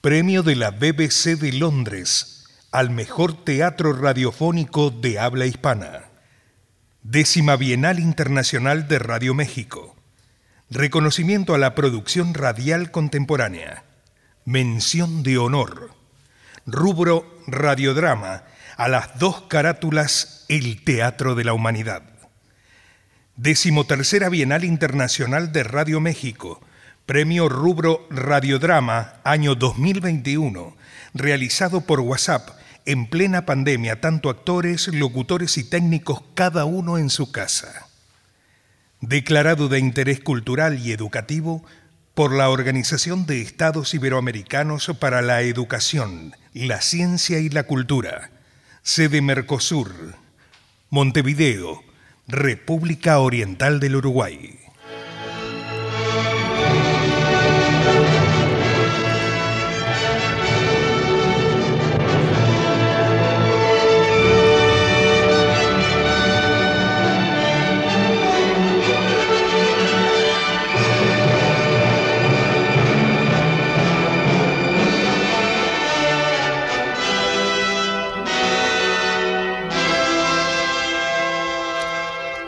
Premio de la BBC de Londres al mejor teatro radiofónico de habla hispana. Décima Bienal Internacional de Radio México. Reconocimiento a la producción radial contemporánea. Mención de honor. Rubro Radiodrama a las dos carátulas El Teatro de la Humanidad. Decimotercera Bienal Internacional de Radio México. Premio Rubro Radiodrama año 2021, realizado por WhatsApp en plena pandemia, tanto actores, locutores y técnicos, cada uno en su casa. Declarado de interés cultural y educativo por la Organización de Estados Iberoamericanos para la Educación, la Ciencia y la Cultura, sede Mercosur, Montevideo, República Oriental del Uruguay.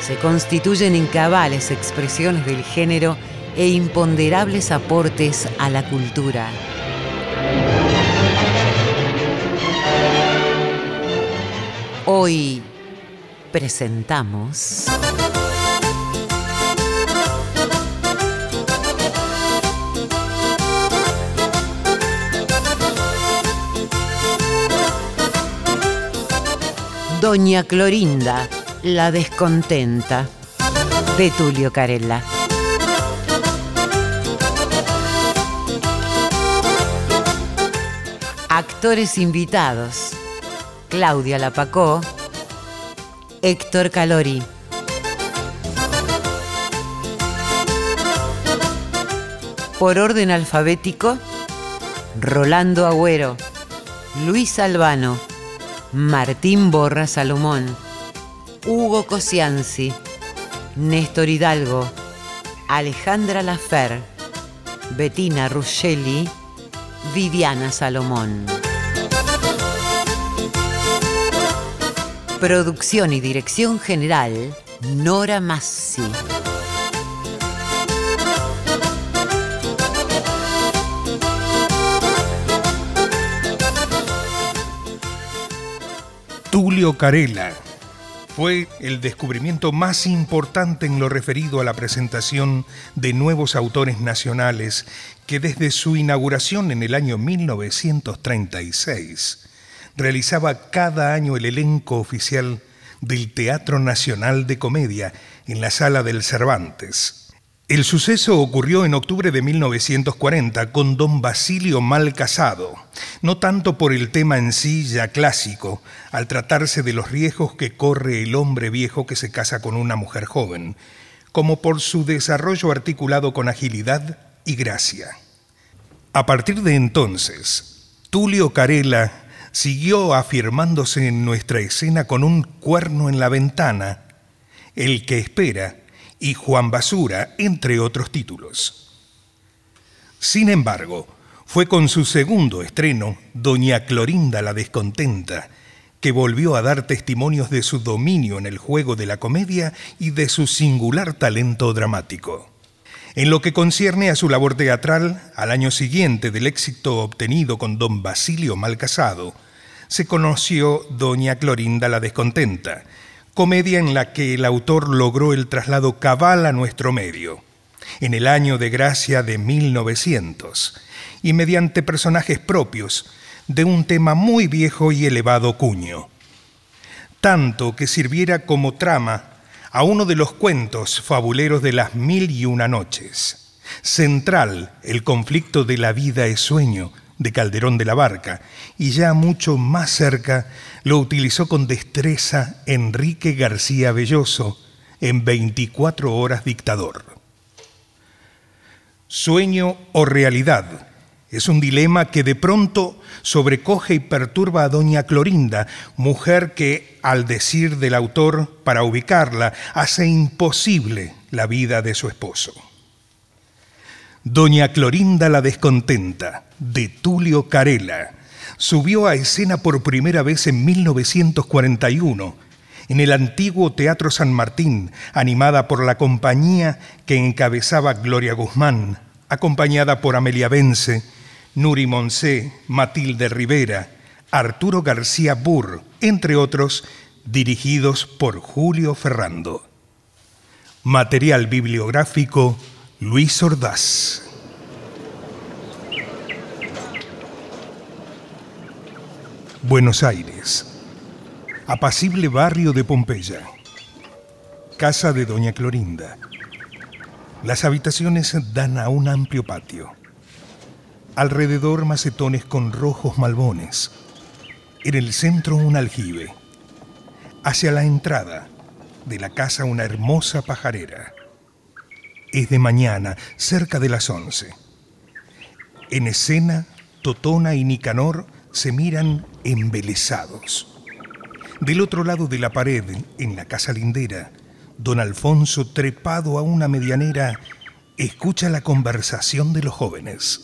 se constituyen en cabales expresiones del género e imponderables aportes a la cultura. Hoy presentamos Doña Clorinda, la descontenta de Tulio Carella. Actores invitados: Claudia Lapacó, Héctor Calori. Por orden alfabético, Rolando Agüero, Luis Albano, Martín Borra Salomón, Hugo Cosianzi, Néstor Hidalgo, Alejandra Lafer, Bettina Ruggeli, Viviana Salomón. Producción y dirección general, Nora Massi. Tulio Carela fue el descubrimiento más importante en lo referido a la presentación de nuevos autores nacionales que desde su inauguración en el año 1936 realizaba cada año el elenco oficial del Teatro Nacional de Comedia en la sala del Cervantes. El suceso ocurrió en octubre de 1940 con don Basilio Mal Casado, no tanto por el tema en sí ya clásico, al tratarse de los riesgos que corre el hombre viejo que se casa con una mujer joven, como por su desarrollo articulado con agilidad y gracia. A partir de entonces, Tulio Carela siguió afirmándose en nuestra escena con un cuerno en la ventana, El que espera y Juan Basura, entre otros títulos. Sin embargo, fue con su segundo estreno, Doña Clorinda la Descontenta, que volvió a dar testimonios de su dominio en el juego de la comedia y de su singular talento dramático. En lo que concierne a su labor teatral, al año siguiente del éxito obtenido con don Basilio Malcasado, se conoció Doña Clorinda la Descontenta, comedia en la que el autor logró el traslado cabal a nuestro medio, en el año de gracia de 1900, y mediante personajes propios de un tema muy viejo y elevado cuño, tanto que sirviera como trama a uno de los cuentos fabuleros de las mil y una noches. Central, el conflicto de la vida es sueño, de Calderón de la Barca, y ya mucho más cerca lo utilizó con destreza Enrique García Belloso en 24 horas dictador. Sueño o realidad es un dilema que de pronto sobrecoge y perturba a doña Clorinda, mujer que, al decir del autor, para ubicarla, hace imposible la vida de su esposo. Doña Clorinda la Descontenta, de Tulio Carela, subió a escena por primera vez en 1941 en el antiguo Teatro San Martín, animada por la compañía que encabezaba Gloria Guzmán, acompañada por Amelia Vence, Nuri Moncé, Matilde Rivera, Arturo García Burr, entre otros, dirigidos por Julio Ferrando. Material bibliográfico Luis Ordaz. Buenos Aires. Apacible barrio de Pompeya. Casa de Doña Clorinda. Las habitaciones dan a un amplio patio. Alrededor macetones con rojos malbones. En el centro un aljibe. Hacia la entrada de la casa una hermosa pajarera es de mañana, cerca de las 11. En escena, Totona y Nicanor se miran embelesados. Del otro lado de la pared, en la casa lindera, don Alfonso, trepado a una medianera, escucha la conversación de los jóvenes.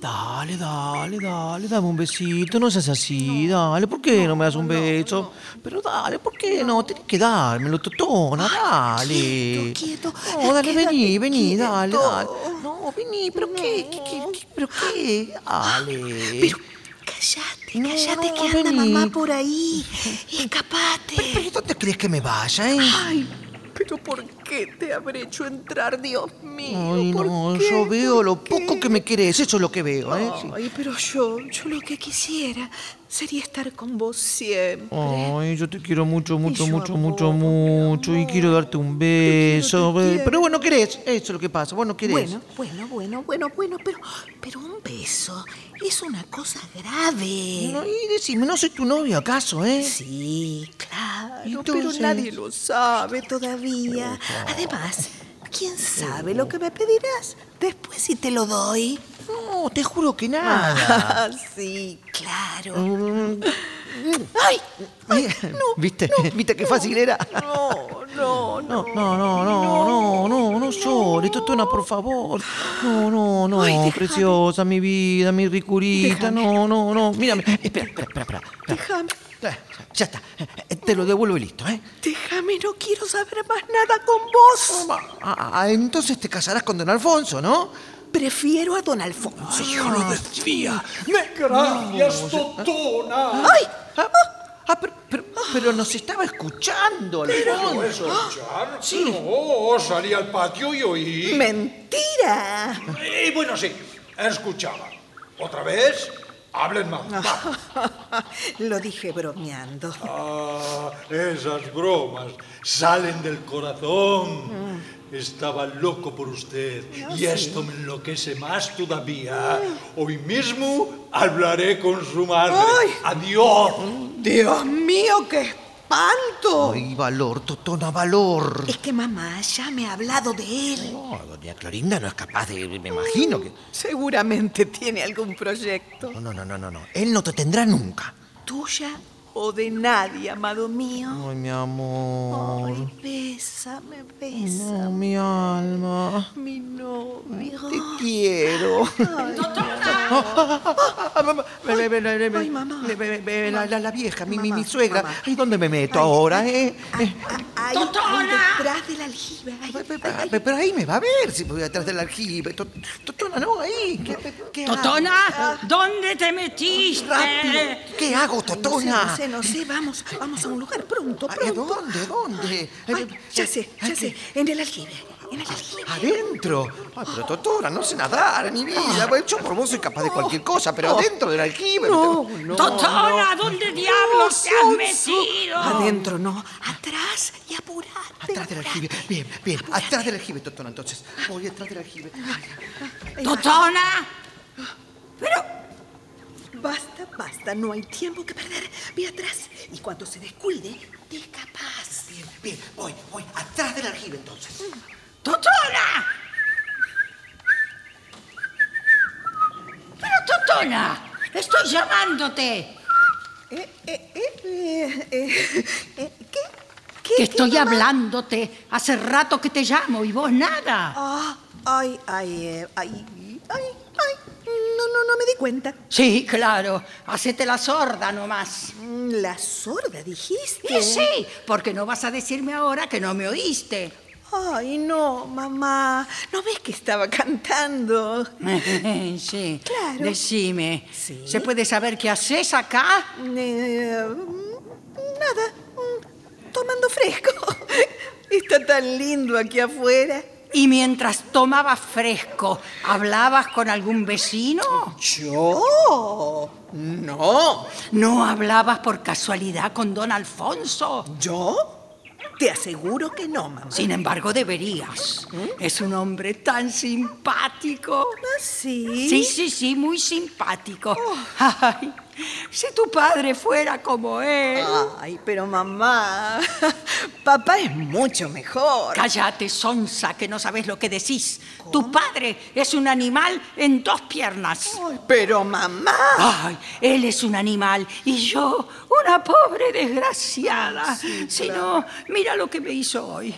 Dale, dale, dale, dame un besito, no seas así, dale, ¿por qué no, me das un beso? Pero dale, ¿por qué no? Tienes que dármelo, totona, dale. Quieto, quieto. No, dale, Quédate vení, vení, quieto. dale, dale. No, Ah, vení, pero qué, qué, qué, qué, pero qué, dale. Pero cállate, cállate no, que anda vení. mamá por ahí. Escapate. ¿Pero dónde crees que me vaya, eh? Ay, pero ¿por qué te habré hecho entrar, Dios mío? Ay, ¿Por no, qué? yo veo ¿Por lo qué? poco que me querés, eso es lo que veo, eh. Sí. Ay, pero yo, yo lo que quisiera sería estar con vos siempre. Ay, yo te quiero mucho, yo mucho, a mucho, vos, mucho, mi mucho. Y amor. quiero darte un beso. quiero, te eh, quiero. Pero bueno, querés. Eso es lo que pasa. Bueno, querés. Bueno, bueno, bueno, bueno, bueno, pero, pero un beso es una cosa grave. No, y decime, no soy tu novio, ¿acaso, eh? Sí, claro, Entonces- pero nadie lo sabe todavía. Además, ¿quién sabe lo que me pedirás después si te lo doy? No, te juro que nada. Ah, sí, claro. Mm, ¡Ay! ¿Viste? ¿Viste qué fácil era? No, no, No, no. no, no, no, no, no, no llores, Totona, por favor. No, no, no, Ay, déjame. preciosa, mi vida, mi ricurita. Déjame. No, no, no. Mírame. Espera, espera, espera, espera. Déjame, Eh, Ya está. Eh, Te lo devuelvo y listo, ¿eh? déjame, no quiero saber más nada con vos. Ah, ah, entonces te casarás con don Alfonso, ¿no? Prefiero a don Alfonso. Yo lo decía. Gracias, Totona. ¡Ay! Ah, ah, pero, pero, pero nos estaba escuchando, Alfonso. Sí. No, oh, salí al patio y oí. ¡Mentira! Y bueno, sí, escuchaba. ¿Otra vez? Hablen más. va. Lo dije bromeando. Ah, esas bromas salen del corazón. Estaba loco por usted y esto me enloquece más todavía. Hoy mismo hablaré con su madre. Ay. Adiós. ¡Dios mío, qué espanto! Ay, valor, Totona, valor. Es que mamá ya me ha hablado de él. No, doña Clorinda no es capaz de. Me imagino que. Seguramente tiene algún proyecto. No, no, no, no, no. no. Él no te tendrá nunca. Tuya o de nadie, amado mío. Ay, mi amor. Ay, bésame, bésame, No, mi alma. mi novio. Te quiero. Ah, Ve, ve, ve, ve, ve. ay, mamá. Ve, ve, ve, La, la- la vieja, mi, mi, Mamá, mi suegra. mamá. Ay, ¿dónde me meto ahora, eh? Eh, Ahí, ahí detrás del aljibe. Ahí, pe- pe- ahí, ahí. pe- Pero ahí me va a ver si voy atrás del aljibe. To- Totona, no, ahí. ¿Qué, qué- qué hago? Ah. Totona, ¿dónde te metiste? ¡Rápido! ¿Qué hago, Ay, eh, no sé, Totona? No sé, no sé, vamos, vamos a un lugar pronto, Ay, pronto. ¿Dónde? ¿Dónde? Ay, Eh, ya eh, sé, ay, ya sé, en el aljibe, en el aljibe. ¿Adentro? Ay, pero Totora, no sé nadar, mi vida. Bueno, Yo por vos soy capaz de cualquier cosa, pero adentro del aljibe. No, no. Totona, ¿dónde diablos te has metido? Adentro no, atrás y apurate. Atrás del aljibe. Bien, bien. Atrás del aljibe, Totona, entonces. Voy atrás del aljibe. Totona, Basta, basta, no hay tiempo que perder. Ve atrás y cuando se descuide, te escapas. Bien, bien. Voy, voy. Atrás del aljibe, entonces. Totona. Pero Totona, estoy llamándote. Eh, eh, eh, eh, eh, eh, ¿Qué? ¿Qué? Que qué, estoy mamá? hablándote. Hace rato que te llamo y vos nada. Ah, ay, ay, eh, ay, ay, ay. No, no, no me di cuenta. Sí, claro. Hacete la sorda nomás. Mm, La sorda, dijiste. Y sí, porque no vas a decirme ahora que no me oíste. Ay, no, mamá. ¿No ves que estaba cantando? sí. Claro. Decime. Sí. ¿Se puede saber qué haces acá? Eh, mm, nada, mm, tomando fresco. Está tan lindo aquí afuera. Y mientras tomabas fresco, ¿hablabas con algún vecino? ¿Yo? ¡Oh! No. ¿No hablabas por casualidad con don Alfonso? ¿Yo? Te aseguro que no, mamá. ¿Mm? Sin embargo, deberías. Es un hombre tan simpático. Ah, sí? Oh. Sí, sí, sí, muy simpático. Ay, si tu padre fuera como él. Ay, pero mamá, papá es mucho mejor. Cállate, sonsa, que no sabes lo que decís. Tu padre es un animal en dos piernas. Ay, pero mamá. Ay, él es un animal y yo una pobre desgraciada. si no, mira lo que me hizo hoy.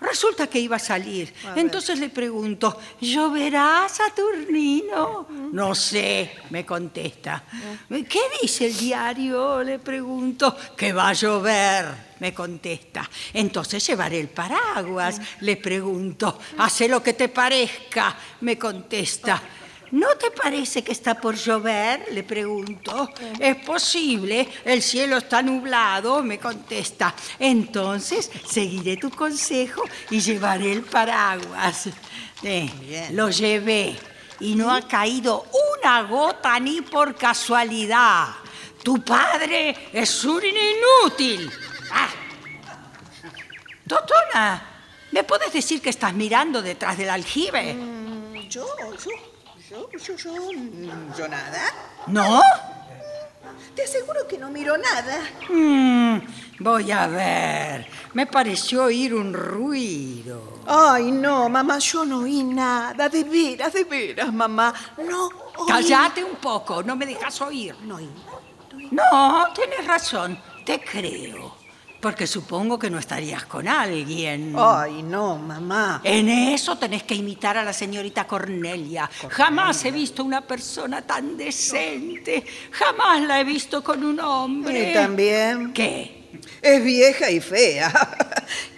Resulta que iba a salir. Entonces le pregunto, ¿lloverá Saturnino? No sé, me contesta. ¿Qué dice el diario? Le pregunto. Que va a llover, me contesta. Entonces llevaré el paraguas, le pregunto. Hace lo que te parezca, me contesta. ¿No te parece que está por llover? Le pregunto. Es posible, el cielo está nublado, me contesta. Entonces seguiré tu consejo y llevaré el paraguas. Eh, Bien. lo llevé y no ha caído una gota ni por casualidad. Tu padre es un inútil. Ah. Totona, ¿me puedes decir que estás mirando detrás del aljibe? Mm, Yo, yo, yo, yo, yo, mm, yo nada. ¿No? Te aseguro que no miro nada. Mm, voy a ver. Me pareció oír un ruido. Ay, no, mamá, yo no oí nada. De veras, de veras, mamá. No oí. Cállate un poco, no me dejas oír. No oí. No, tienes razón. Te creo. Porque supongo que no estarías con alguien. Ay, no, mamá. En eso tenés que imitar a la señorita Cornelia. Jamás he visto una persona tan decente. Jamás la he visto con un hombre. Y Eh, también. ¿Qué? Es vieja y fea.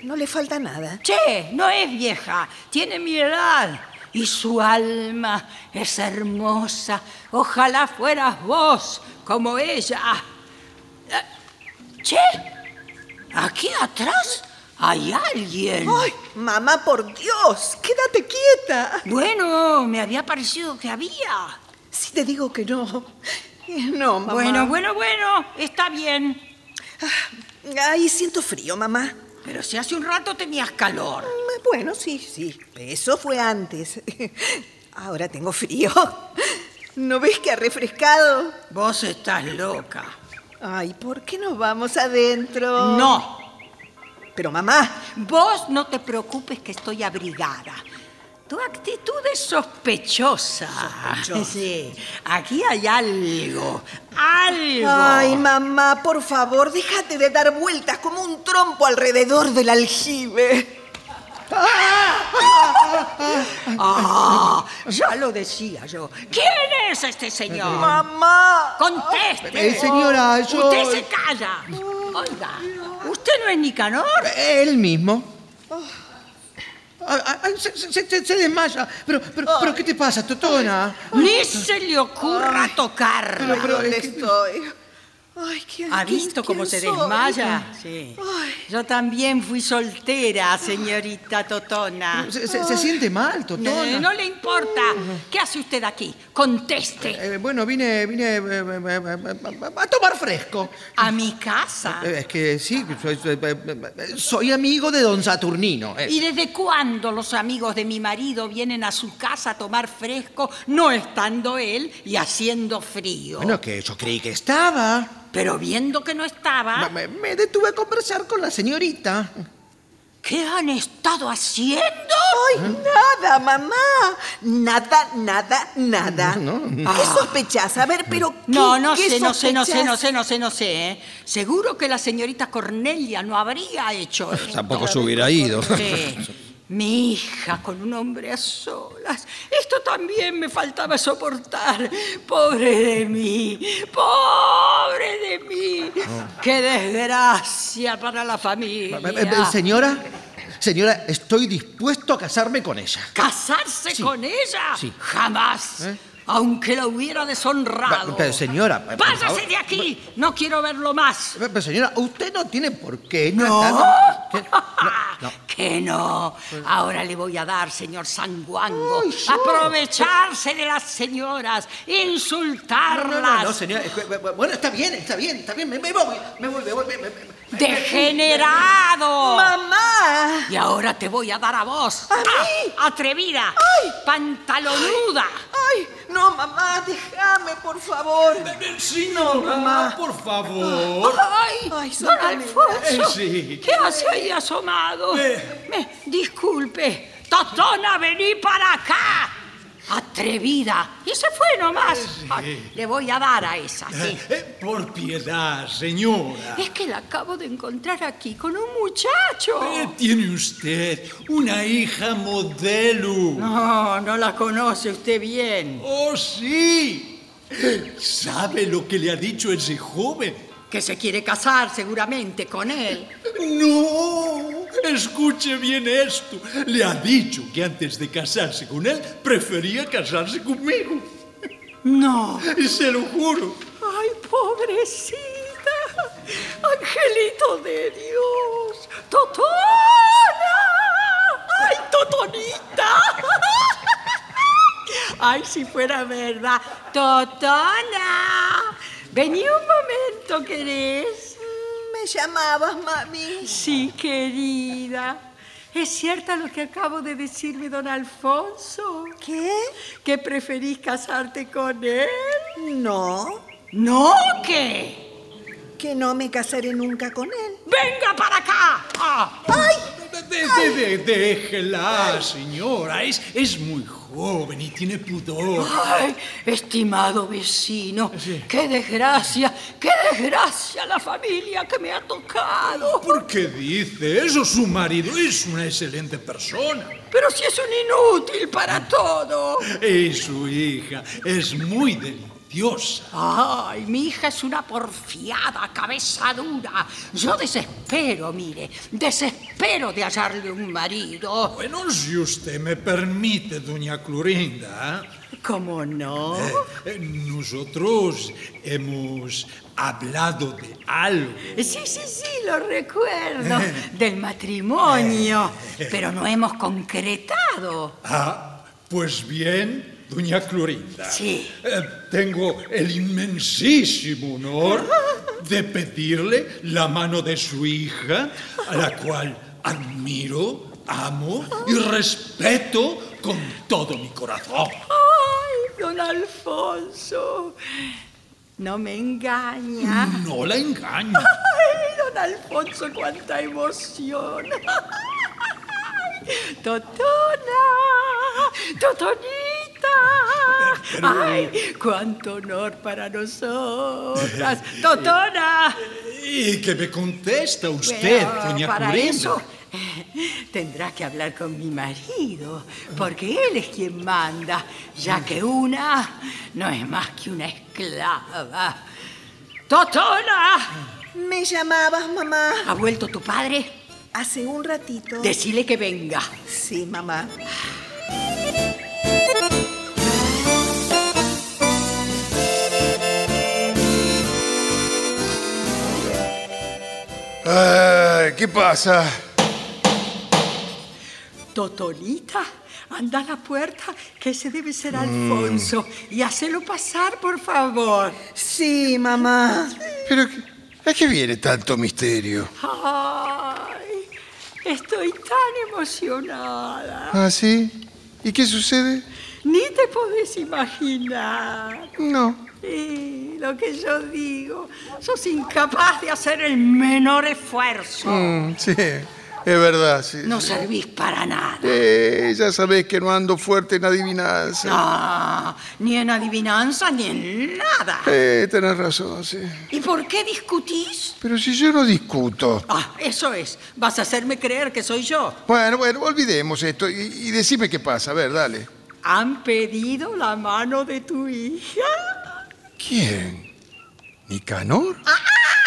No le falta nada. Che, no es vieja, tiene mi edad. Y su alma es hermosa. Ojalá fueras vos como ella. Eh, Che, aquí atrás hay alguien. Ay, mamá, por Dios, quédate quieta. Bueno, me había parecido que había. Si te digo que no. No, mamá. Bueno, bueno, bueno, está bien. Ay, siento frío, mamá. Pero si hace un rato tenías calor. Mm, Bueno, sí, sí. Eso fue antes. Ahora tengo frío. ¿No ves que ha refrescado? Vos estás loca. Ay, ¿por qué no vamos adentro? No, Pero mamá, Vos no te preocupes que estoy abrigada. Tu actitud es sospechosa. Sí. Aquí hay algo. Algo. Ay, mamá, por favor, déjate de dar vueltas como un trompo alrededor del aljibe. Ah, ya lo decía yo. ¿Quién es este señor? ¡Mamá! Conteste. Eh, señora, yo- Usted se calla. Oiga, ¿usted no es Nicanor? Él mismo. Ah, ah, ah, se, se- se- se desmaya. Pero, pero, pero, ¿qué te pasa, Totona? Ni se le ocurra Pero, tocarla. pero, ¿Dónde es que- estoy? Ay, ¿quién, ¿Ha quién- visto cómo quién se soy? desmaya? Sí. Ay. Yo también fui soltera, señorita Totona. se, se- se siente mal, Totona. Eh, no le importa. ¿Qué hace usted aquí? Conteste. Eh, bueno, vine, vine eh, eh, eh, a, tomar fresco. A mi casa. Eh, es que sí, soy, soy- soy amigo de don Saturnino. eh. ¿Y desde cuándo los amigos de mi marido vienen a su casa a tomar fresco, no estando él y haciendo frío? Bueno, que yo creí que estaba. Pero viendo que no estaba, Me, me detuve a conversar con la señorita. ¿qué han estado haciendo? Ay, nada, mamá. Nada, nada, nada. ¿Qué sospechás? A ver, pero ¿qué, No, no qué sé, no sé, no sé, no sospechás? sé, no sé, no sé. ¿eh? Seguro que la señorita Cornelia no habría hecho eso. Tampoco se hubiera ido. Sí. Mi hija con un hombre a solas. Esto también me faltaba soportar. Pobre de mí, pobre de mí. Ah. Qué desgracia para la familia. Eh, eh, Señora, señora, estoy dispuesto a casarme con ella. ¿Casarse con ella? sí. Jamás. ¿Eh? Aunque la hubiera deshonrado. Pero, señora, por Váyase favor. de aquí. No quiero verlo más. Pero señora, usted no tiene por qué. No. tratar- ¿Qué? no. ¡Oh! Que no. Ahora le voy a dar, señor Sanguango. Aprovecharse de las señoras, No, insultarlas. no, no, no, señora. es que- Bueno, está bien, está bien, está bien. Me, me voy, me voy, me voy. me- me- me- ¡Degenerado! Mamá. Y ahora te voy a dar a vos. ¿A mí? Ah, ¡Atrevida! ¡Ay! ¡Pantalonuda! Ay, no, mamá, déjame, por favor. Sí, no, mamá, por favor. ¡Ay! Ay, son ¡Don tan lindas. Alfonso! Eh, Sí. Eh. ¿Qué hace ahí asomado? Me- disculpe. Totona, vení para acá. Atrevida. Y se fue nomás. Ah, le voy a dar a esa, sí. Eh, Por piedad, señora. Es que la acabo de encontrar aquí con un muchacho. Eh, Tiene usted una hija modelo. No, no la conoce usted bien. ¡Oh, sí! Eh, ¿Sabe lo que le ha dicho ese joven? Que se quiere casar seguramente con él. No, escuche bien esto. Le ha dicho que antes de casarse con él, prefería casarse conmigo. No. Se lo juro. Ay, pobrecita. Angelito de Dios. Totona. Ay, Totonita. Ay, si fuera verdad. Totona. Vení un momento, ¿querés? Mm, Me llamabas, mami. Sí, querida. ¿Es cierta lo que acabo de decirme, don Alfonso? ¿Qué? ¿Que preferís casarte con él? No, ¿No qué? que no me casaré nunca con él. ¡Venga para acá! Ah, De- de- de- déjela, señora. Es, es muy joven y tiene pudor. Ay, estimado vecino, qué desgracia, qué desgracia la familia que me ha tocado. ¿Por qué dice eso? Su marido es una excelente persona. Pero si es un inútil para todo. Y su hija es muy deliciosa. Ay, mi hija es una porfiada, cabeza dura. Yo desespero, mire, desespero de hallarle un marido. Bueno, si usted me permite, doña Clorinda, ¿Cómo no? eh, eh, nosotros hemos hablado de algo. Sí, sí, sí, lo recuerdo, del matrimonio, pero no hemos concretado. Ah, pues bien, doña Clorinda. Sí. eh, tengo el inmensísimo honor de pedirle la mano de su hija, a la cual admiro, amo y respeto con todo mi corazón. Ay, don Alfonso, no me engaña. No la engaño. Ay, don Alfonso, cuánta emoción. Totona. ¡Totonita! ¡Ay, cuánto honor para nosotras! ¡Totona! ¿Y qué me contesta usted, Pero doña para Curenda? eso eh, tendrá que hablar con mi marido, porque él es quien manda, ya que una no es más que una esclava. ¡Totona! Me llamabas, mamá. ¿Ha vuelto tu padre? Hace un ratito. Decile que venga. Sí, mamá. Ay, ¿Qué pasa? Totonita, anda a la puerta, que ese debe ser Mm. Alfonso, y hacelo pasar, por favor. Sí, mamá. ¿Pero qué- a qué viene tanto misterio? ¡Ay! Estoy tan emocionada. ¿Ah, sí? ¿Y qué sucede? Ni te podés imaginar. No. Sí, lo que yo digo, sos incapaz de hacer el menor esfuerzo. Mm, sí, es verdad, sí. No servís para nada. Eh, ya sabés que no ando fuerte en adivinanza. No, ni en adivinanza ni en nada. Eh, tenés razón, sí. ¿Y por qué discutís? Pero si yo no discuto. Ah, eso es. Vas a hacerme creer que soy yo. Bueno, bueno, olvidemos esto y, y decime qué pasa. A ver, dale. ¿Han pedido la mano de tu hija? ¿Quién? ¿Nicanor?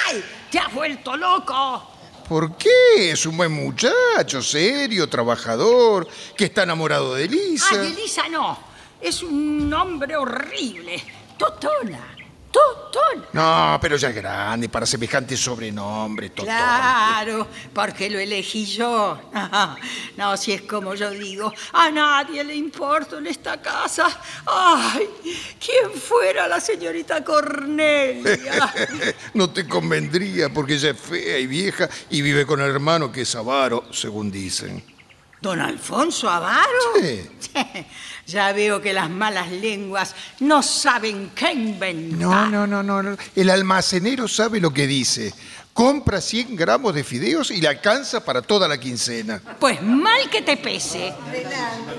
¡Ay! ¡Te has vuelto loco! ¿Por qué? Es un buen muchacho, serio, trabajador, que está enamorado de Elisa. Ay, Ah, Elisa no. Es un nombre horrible. Totona. Totona. No, pero ya es grande para semejante sobrenombre, Totón. Claro, porque lo elegí yo. No, si es como yo digo, a nadie le importa en esta casa. Ay, ¿quién fuera la señorita Cornelia? No te convendría porque ella es fea y vieja y vive con el hermano que es avaro, según dicen. ¿Don Alfonso Avaro? Sí. Ya veo que las malas lenguas no saben qué No, inventar. no, no, no. no. El almacenero sabe lo que dice. Compra 100 gramos de fideos y le alcanza para toda la quincena. Pues mal que te pese.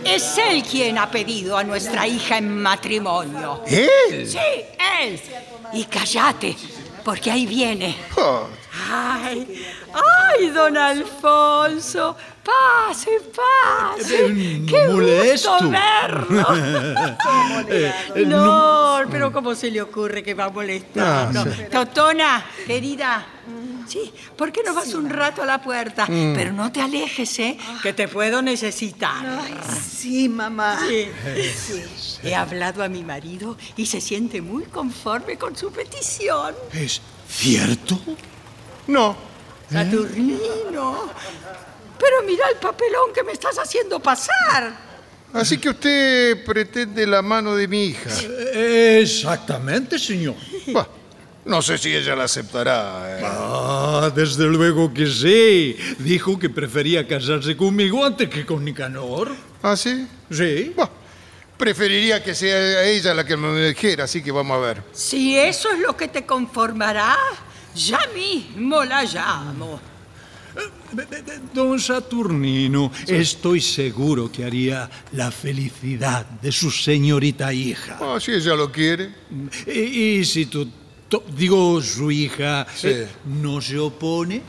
Es él quien ha pedido a nuestra hija en matrimonio. ¿Él? Sí, él. Y cállate, porque ahí viene. Oh, Ay, ay, don Alfonso, pase, pase. Eh, Qué molesto. Eh, gusto verlo. Eh, no, pero cómo se le ocurre que va a molestar. Ah, No. Totona, querida. Sí, ¿por qué no vas un rato a la puerta? Mm. Pero no te alejes, ¿eh? Que te puedo necesitar. Ah. Sí, mamá. Sí. He hablado a mi marido y se siente muy conforme con su petición. ¿Es cierto? no. Saturnino. Pero mira el papelón que me estás haciendo pasar. Así que usted pretende la mano de mi hija. Exactamente, señor. Bah, no sé si ella la aceptará. eh. Ah, desde luego que sí. Dijo que prefería casarse conmigo antes que con Nicanor. ¿Ah, sí? Sí. Bah, preferiría que sea ella la que me dijera, así que vamos a ver. Si eso es lo que te conformará, ya mismo la llamo. Don Saturnino, estoy seguro que haría la felicidad de su señorita hija. Ah, si ella lo quiere. Y, y si tu, to- digo, su hija Sí. eh, no se opone,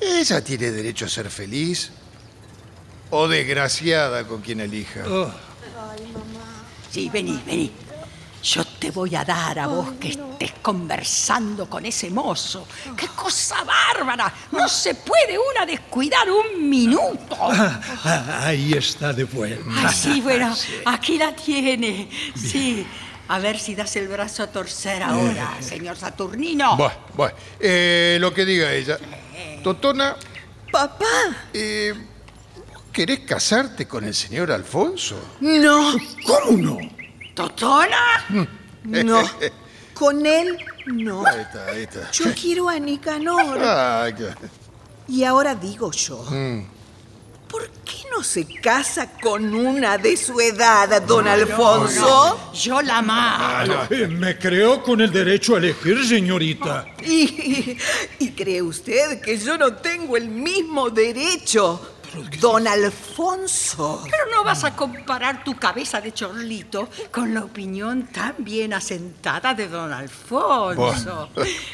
Ella tiene derecho a ser feliz o desgraciada con quien elija. Oh. Sí, vení, vení. Yo te voy a dar a vos que estés conversando con ese mozo. ¡Qué cosa bárbara! No se puede una descuidar un minuto. ah, ahí está de vuelta. Ay, sí, bueno, aquí la tiene. Sí. A ver si das el brazo a torcer ahora, señor Saturnino. Bueno, bueno. Eh, lo que diga ella. Totona, Papá. eh, ¿vos ¿querés casarte con el señor Alfonso? No. ¿Cómo no? ¿Totona? No. Con él, no. Mm. Ahí está, ahí está. Yo quiero a Nicanor. Ah, qué- Mm. Y ahora digo yo. ¿Por qué no se casa con una de su edad, don Alfonso? Yo la amaba. Eh, Me creo con el derecho a elegir, señorita. Y, y cree usted que yo no tengo el mismo derecho. Don Alfonso. Pero no vas a comparar tu cabeza de chorlito con la opinión tan bien asentada de don Alfonso.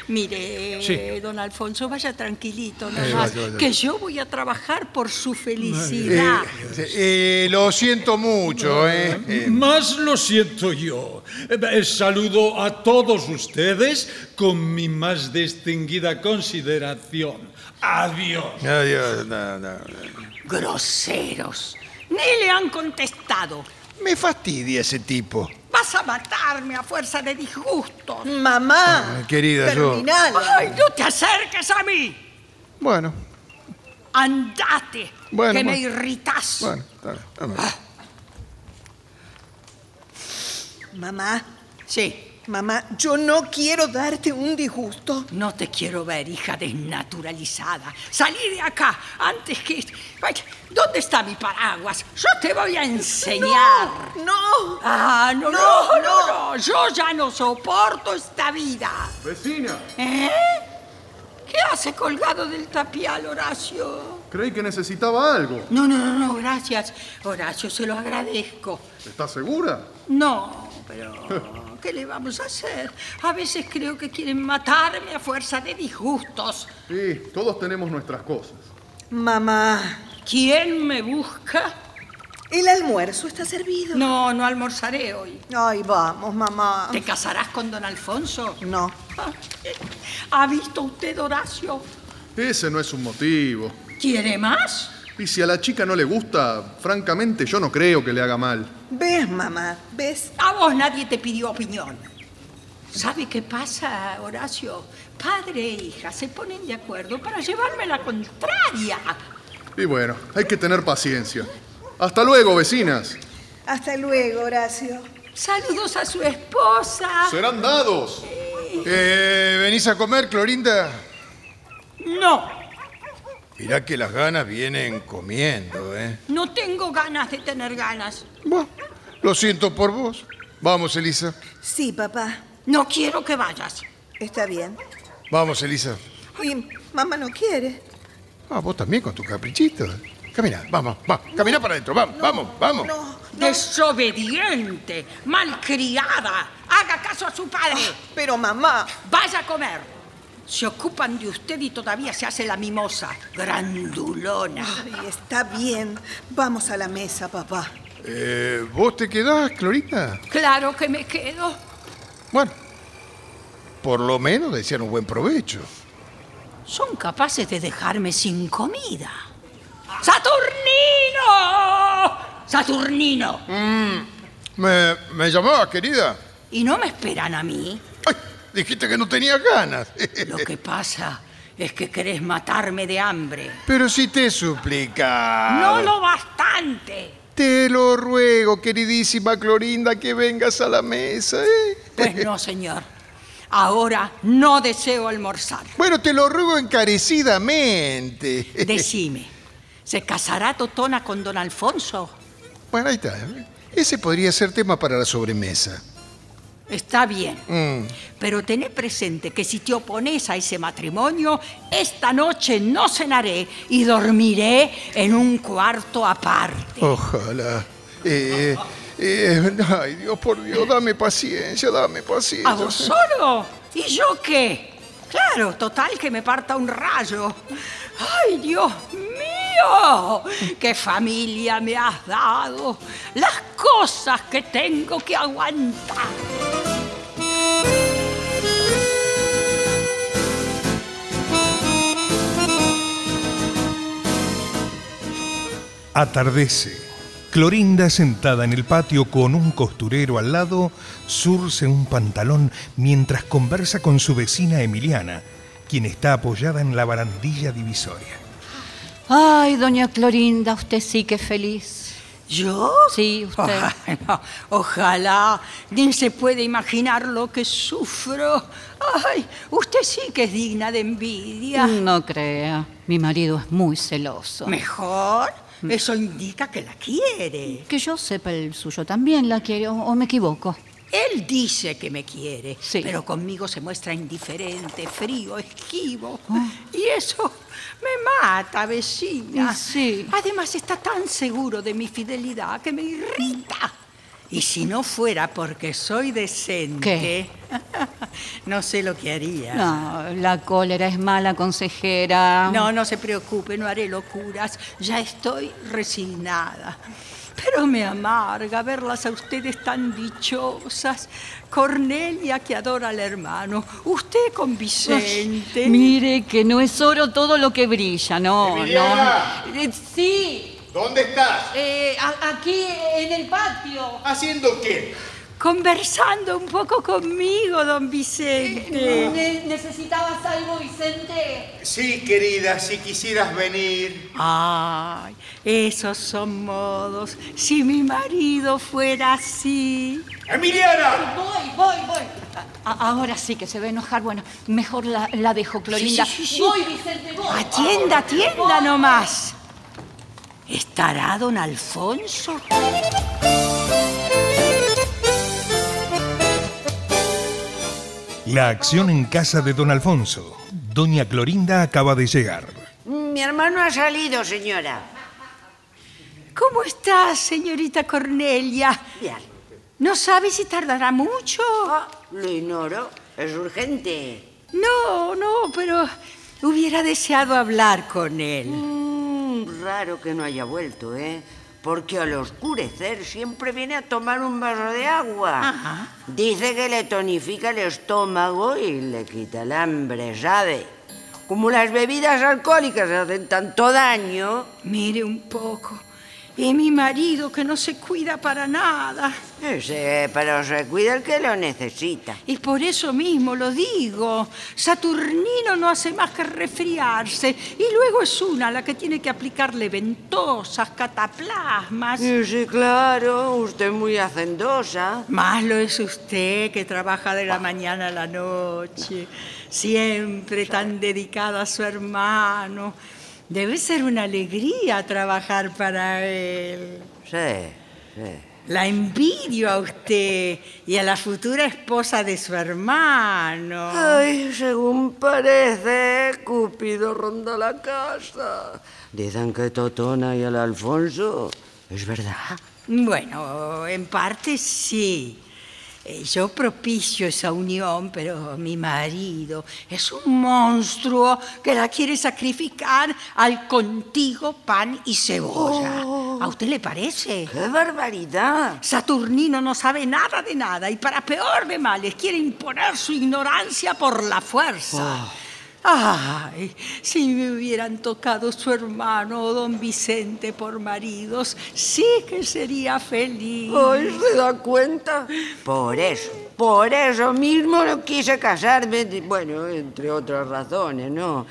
Mire, Sí. don Alfonso, vaya tranquilito nomás, Eh, vaya, vaya. que yo voy a trabajar por su felicidad. Eh, lo siento mucho, ¿eh? Eh, Más lo siento yo. Eh, eh, Saludo a todos ustedes con mi más distinguida consideración. Adiós. no, yo- no, no. Groseros. Ni le han contestado. Me fastidia ese tipo. Vas a matarme a fuerza de disgustos. Mamá. Ay, eh, querida, yo- Terminala. ¡Ay, no te acerques a mí! Bueno, ¡Andate! Bueno, que me bueno. irritas. bueno, está bien, está bien. Ah. Mamá. Sí, Mamá, yo no quiero darte un disgusto. no te quiero ver, hija desnaturalizada. Salí de acá antes que. Ay, ¿Dónde está mi paraguas? Yo te voy a enseñar. No. Ah, no, no, No, no, no, Yo ya no soporto esta vida. Vecina, ¿Eh? ¿Qué hace colgado del tapial, Horacio? creí que necesitaba algo. No, no, no, no, gracias. Horacio, se lo agradezco. ¿Estás segura? No, pero ¿qué le vamos a hacer? A veces creo que quieren matarme a fuerza de disgustos. Sí, todos tenemos nuestras cosas. Mamá, ¿Quién me busca? el almuerzo está servido. No, no almorzaré hoy. Ay, vamos, mamá. ¿Te casarás con don Alfonso? Ah, ¿eh? No. ¿Ha visto usted, Horacio? Ese no es un motivo. ¿Quiere más? Y si a la chica no le gusta, francamente yo no creo que le haga mal. ¿Ves, mamá? ¿Ves? A vos nadie te pidió opinión. ¿Sabe qué pasa, Horacio? Padre e hija se ponen de acuerdo para llevarme la contraria. Y bueno, hay que tener paciencia. Hasta luego, vecinas. Hasta luego, Horacio. Saludos a su esposa. Serán dados. Eh, ¿Venís a comer, Clorinda? No, Mirá que las ganas vienen comiendo, ¿eh? no tengo ganas de tener ganas. Bueno, lo siento por vos. Vamos, Elisa. Sí, papá. No quiero que vayas. Está bien. Vamos, Elisa. Y mamá no quiere. Ah, vos también con tus caprichitos. Camina, vamos, vamos. Camina para adentro, vamos, vamos, vamos. No. Desobediente, malcriada. Haga caso a su padre. Ah, Pero mamá. Vaya a comer. Se ocupan de usted y todavía se hace la mimosa. Grandulona. Ay, está bien. Vamos a la mesa, papá. Eh, ¿Vos te quedás, Clorinda? Claro que me quedo. Bueno, por lo menos decían un buen provecho. Son capaces de dejarme sin comida. ¡Saturnino! ¡Saturnino! Mm. ¿Me, me llamabas, querida? Y no me esperan a mí. Ay, dijiste que no tenías ganas. Lo que pasa es que querés matarme de hambre. Pero si te suplica. No lo bastante. Te lo ruego, queridísima Clorinda, que vengas a la mesa, ¿eh? Pues no, señor. Ahora no deseo almorzar. Bueno, te lo ruego encarecidamente. Decime, ¿se casará Totona con don Alfonso? Bueno, ahí está. ¿eh? Ese podría ser tema para la sobremesa. Está bien. Mm. Pero tené presente que si te opones a ese matrimonio, esta noche no cenaré y dormiré en un cuarto aparte. Ojalá. Eh, eh, ay, Dios, por Dios, dame paciencia, dame paciencia. ¿A vos solo? ¿Y yo qué? Claro, total que me parta un rayo. ¡Ay, Dios mío! ¡Qué familia me has dado! Las cosas que tengo que aguantar. Atardece. Clorinda sentada en el patio con un costurero al lado, surce un pantalón mientras conversa con su vecina Emiliana, quien está apoyada en la barandilla divisoria. Ay, doña Clorinda, usted sí que es feliz. ¿Yo? Sí, usted. Ay, no, ojalá. Ni se puede imaginar lo que sufro. Ay, usted sí que es digna de envidia. No crea, mi marido es muy celoso. Mejor. Eso indica que la quiere. Que yo sepa, el suyo también la quiere, o, o me equivoco. Él dice que me quiere, pero conmigo se muestra indiferente, frío, esquivo. Ah. Y eso me mata, vecina. Además, está tan seguro de mi fidelidad que me irrita. Y si no fuera porque soy decente, ¿Qué? no sé lo que haría. No, la cólera es mala consejera. No, no se preocupe, no haré locuras. Ya estoy resignada. Pero me amarga verlas a ustedes tan dichosas. Cornelia que adora al hermano. Usted con Vicente. Mire que no es oro todo lo que brilla, no, Emiliana. no. Eh, Sí. ¿Dónde estás? Eh, a- aquí en el patio. ¿Haciendo qué? Conversando un poco conmigo, don Vicente. Ne- ¿Necesitabas algo, Vicente? Sí, querida, si quisieras venir. Ay, esos son modos. Si mi marido fuera así. ¡Emiliana! Voy, voy, voy. A- ahora sí que se va a enojar. Bueno, mejor la, la dejo, Clorinda. Sí, sí, sí, sí. Voy, Vicente, voy. Atienda, atienda nomás. ¿Estará don Alfonso? La acción en casa de don Alfonso. Doña Clorinda acaba de llegar. Mi hermano ha salido, señora. ¿Cómo está, señorita Cornelia? Bien. ¿No sabe si tardará mucho? Lo ignoro. Es urgente. No, no, pero hubiera deseado hablar con él. Mm, raro que no haya vuelto, ¿eh? Porque al oscurecer siempre viene a tomar un vaso de agua. Ajá. Dice que le tonifica el estómago y le quita el hambre, ¿sabe? Como las bebidas alcohólicas hacen tanto daño. Mire un poco. Y mi marido que no se cuida para nada. Ese, pero se cuida el que lo necesita. Y por eso mismo lo digo. Saturnino no hace más que resfriarse. Y luego es una la que tiene que aplicarle ventosas, cataplasmas. Sí, sí, claro, usted es muy hacendosa. Más lo es usted que trabaja de la mañana a la noche, siempre tan dedicada a su hermano. Debe ser una alegría trabajar para él. Sí, sí. La envidio a usted y a la futura esposa de su hermano. Ay, según parece, Cupido ronda la casa. Dicen que Totona y el Alfonso. Es verdad. Bueno, en parte sí. Eh, Yo propicio esa unión, pero mi marido es un monstruo que la quiere sacrificar al contigo pan y cebolla. ¿A usted le parece? ¡Qué barbaridad! Saturnino no sabe nada de nada y para peor de males quiere imponer su ignorancia por la Oh. fuerza. Ay, si me hubieran tocado su hermano o don Vicente por maridos, sí que sería feliz. Ay, ¿se da cuenta? Por eso, por eso mismo no quise casarme. de- Bueno, entre otras razones, ¿no?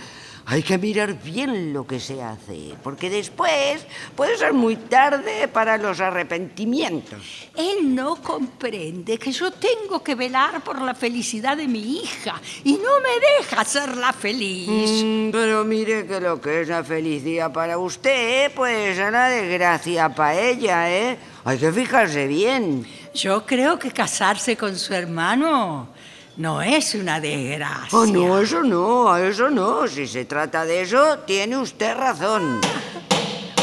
Hay que mirar bien lo que se hace, porque después puede ser muy tarde para los arrepentimientos. Él no comprende que yo tengo que velar por la felicidad de mi hija y no me deja serla feliz. Mm, pero mire que lo que es la felicidad para usted, pues es una desgracia para ella, ¿eh? Hay que fijarse bien. Yo creo que casarse con su hermano no es una desgracia. Oh, no, eso no, eso no. Si se trata de eso, tiene usted razón.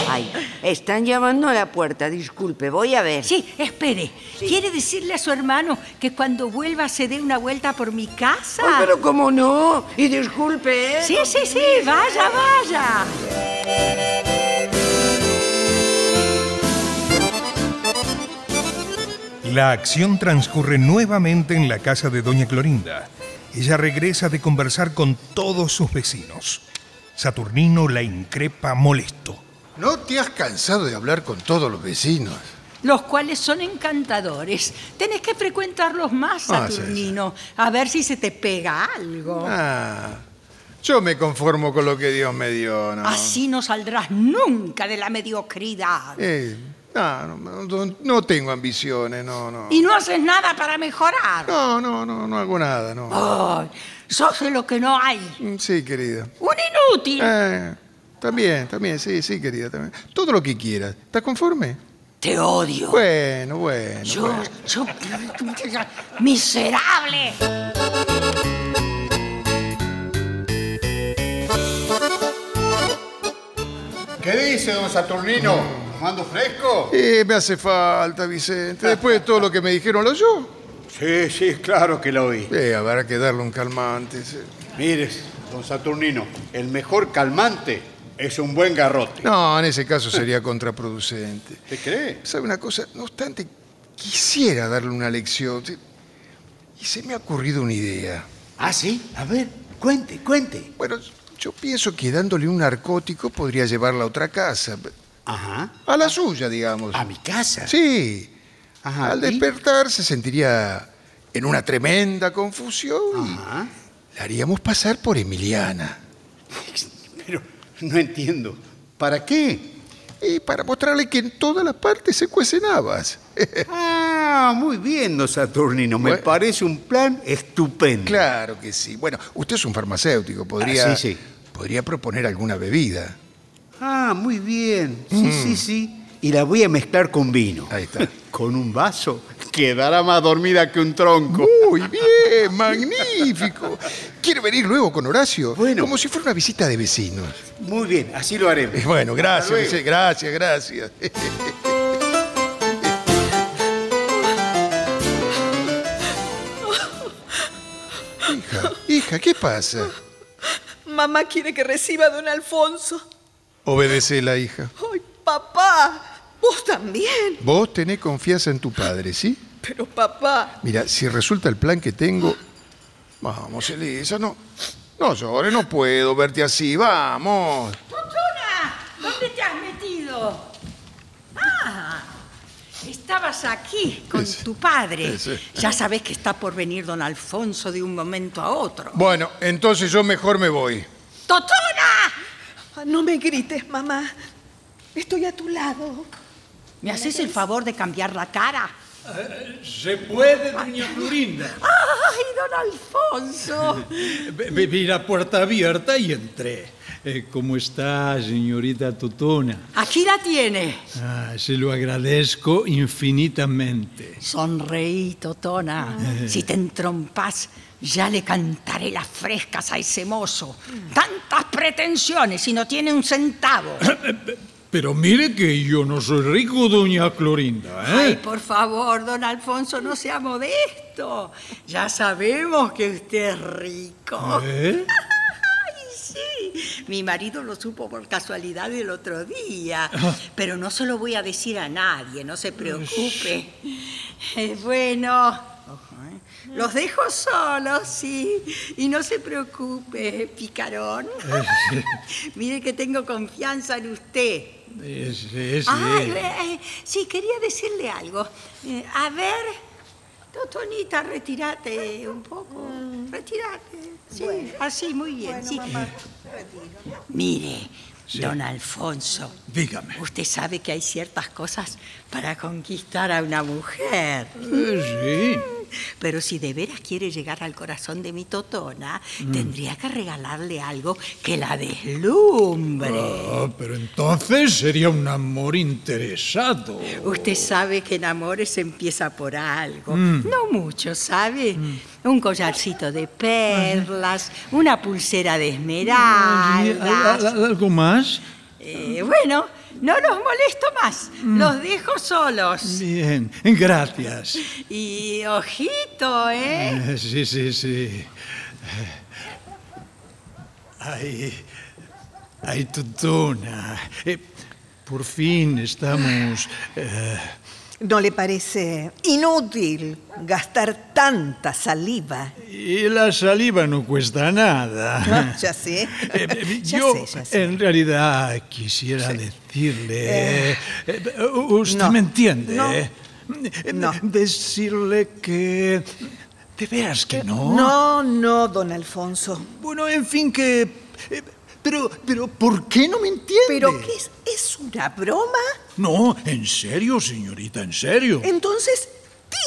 Ay, están llamando a la puerta, disculpe, voy a ver. Sí, espere. Oh, ¿Quiere decirle a su hermano que cuando vuelva se dé una vuelta por mi casa? Ay, pero cómo no, y disculpe, ¿eh? Sí, sí, sí, vaya, vaya. La acción transcurre nuevamente en la casa de doña Clorinda. Ella regresa de conversar con todos sus vecinos. Saturnino la increpa molesto. ¿No te has cansado de hablar con todos los vecinos? Los cuales son encantadores. Tenés que frecuentarlos más, Ah, sí, sí. Saturnino, a ver si se te pega algo. Ah, yo me conformo con lo que Dios me dio, ¿no? Así no saldrás nunca de la mediocridad. Eh, no, no, no, no tengo ambiciones, no, no. Y no haces nada para mejorar. No, no, no, no hago nada, no. Ay, sos de lo que no hay. Mm, Sí, querida. Un inútil. Eh, también, también, sí, sí, querida, también. Todo lo que quieras. ¿Estás conforme? Te odio. Bueno, bueno. Yo, bueno. yo, miserable. ¿Qué dice, don Saturnino? ¿Tomando fresco? Eh, me hace falta, Vicente. Después de todo lo que me dijeron, ¿lo oyó? Sí, sí, claro que lo oí. Eh, habrá que darle un calmante. sí. Mires, don Saturnino, el mejor calmante es un buen garrote. No, en ese caso sería contraproducente. ¿Te cree? ¿Sabe una cosa? No obstante, quisiera darle una lección. sí. Y se me ha ocurrido una idea. ¿Ah, sí? A ver, cuente, cuente. Bueno, yo pienso que dándole un narcótico podría llevarla a otra casa. Ajá. A la suya, digamos. ¿A mi casa? Sí. Ajá, Al ¿y? despertar se sentiría en una tremenda confusión y la haríamos pasar por Emiliana. Pero no entiendo. ¿Para qué? Y para mostrarle que en todas las partes se cuecen habas. Ah, muy bien, don Saturnino. Me parece un plan estupendo. Claro que sí. Bueno, usted es un farmacéutico, podría, Ah, sí, sí. podría proponer alguna bebida. Ah, muy bien. Sí, Mm. sí, sí. Y la voy a mezclar con vino. Ahí está. Con un vaso. Quedará más dormida que un tronco. Muy bien, magnífico. ¿Quiere venir luego con Horacio? Bueno. Como si fuera una visita de vecinos. Muy bien, así lo haremos. Eh, Bueno, Hasta gracias, luego. Vicente, gracias, gracias. hija, hija, ¿qué pasa? Mamá quiere que reciba a don Alfonso. Obedece la hija. ¡Ay, papá! ¡Vos también! Vos tenés confianza en tu padre, ¿sí? Pero papá, Mira, si resulta el plan que tengo. Vamos, Elisa, no. No llores, no puedo verte así, vamos. ¡Totona! ¿Dónde te has metido? Ah, estabas aquí con tu padre. ese. Ya sabes que está por venir don Alfonso de un momento a otro. Bueno, entonces yo mejor me voy. ¡Totona! no me grites, mamá. Estoy a tu lado. ¿Me haces el favor de cambiar la cara? Eh, Se puede, doña Florinda. ¡Ay, don Alfonso! Ah, Ve- ve- Vi la puerta abierta y entré. Eh, ¿Cómo está, señorita Totona? Aquí la tiene. Ah, se lo agradezco infinitamente. Sonreí, Totona. Ah. Si te entrompas, ya le cantaré las frescas a ese mozo. Tantas pretensiones y no tiene un centavo. Pero mire que yo no soy rico, doña Clorinda, Ay, ¿eh? por favor, don Alfonso, no sea modesto. Ya sabemos que usted es rico. ¿Eh? Ay, sí. Mi marido lo supo por casualidad el otro día. Pero no se lo voy a decir a nadie, no se preocupe. Eh, Bueno, ojo, ¿eh? los dejo solos, sí. Y no se preocupe, picarón. Mire que tengo confianza en usted. Es- es- Ay, es. eh, eh, sí, quería decirle algo. Eh, a ver, Totonita, retírate un poco. Retírate. Sí, así, muy bien. sí. Mire, don Alfonso. Dígame. Usted sabe que hay ciertas cosas para conquistar a una mujer. Eh, Pero si de veras quiere llegar al corazón de mi Totona, Mm. tendría que regalarle algo que la sí. deslumbre. Ah, pero entonces sería un amor interesado. Usted sabe que en amores se empieza por algo. Mm. No mucho, ¿sabe? Un collarcito de perlas, una pulsera de Mm, ¿Al- esmeraldas. al- ¿Algo más? Eh, bueno, no los molesto más. Los dejo solos. Bien, gracias. Y ojito, ¿eh? Eh, Sí, sí, sí. Ay, ay, Totona. Eh, por fin estamos... eh, ¿No le parece inútil gastar tanta saliva? y la saliva no cuesta nada. Ah. ¿No? Ya sé. Eh, eh, Ya Yo, sé, ya sé. en realidad, quisiera decirle... Eh, eh, eh, usted me entiende. no, eh, Decirle que... De veras que no. No, no, don Alfonso. Oh. Bueno, en fin, que... eh, Pero, pero, ¿por qué no me entiende? ¿Pero qué es? ¿Es una broma? No, en serio, señorita, en serio. Entonces,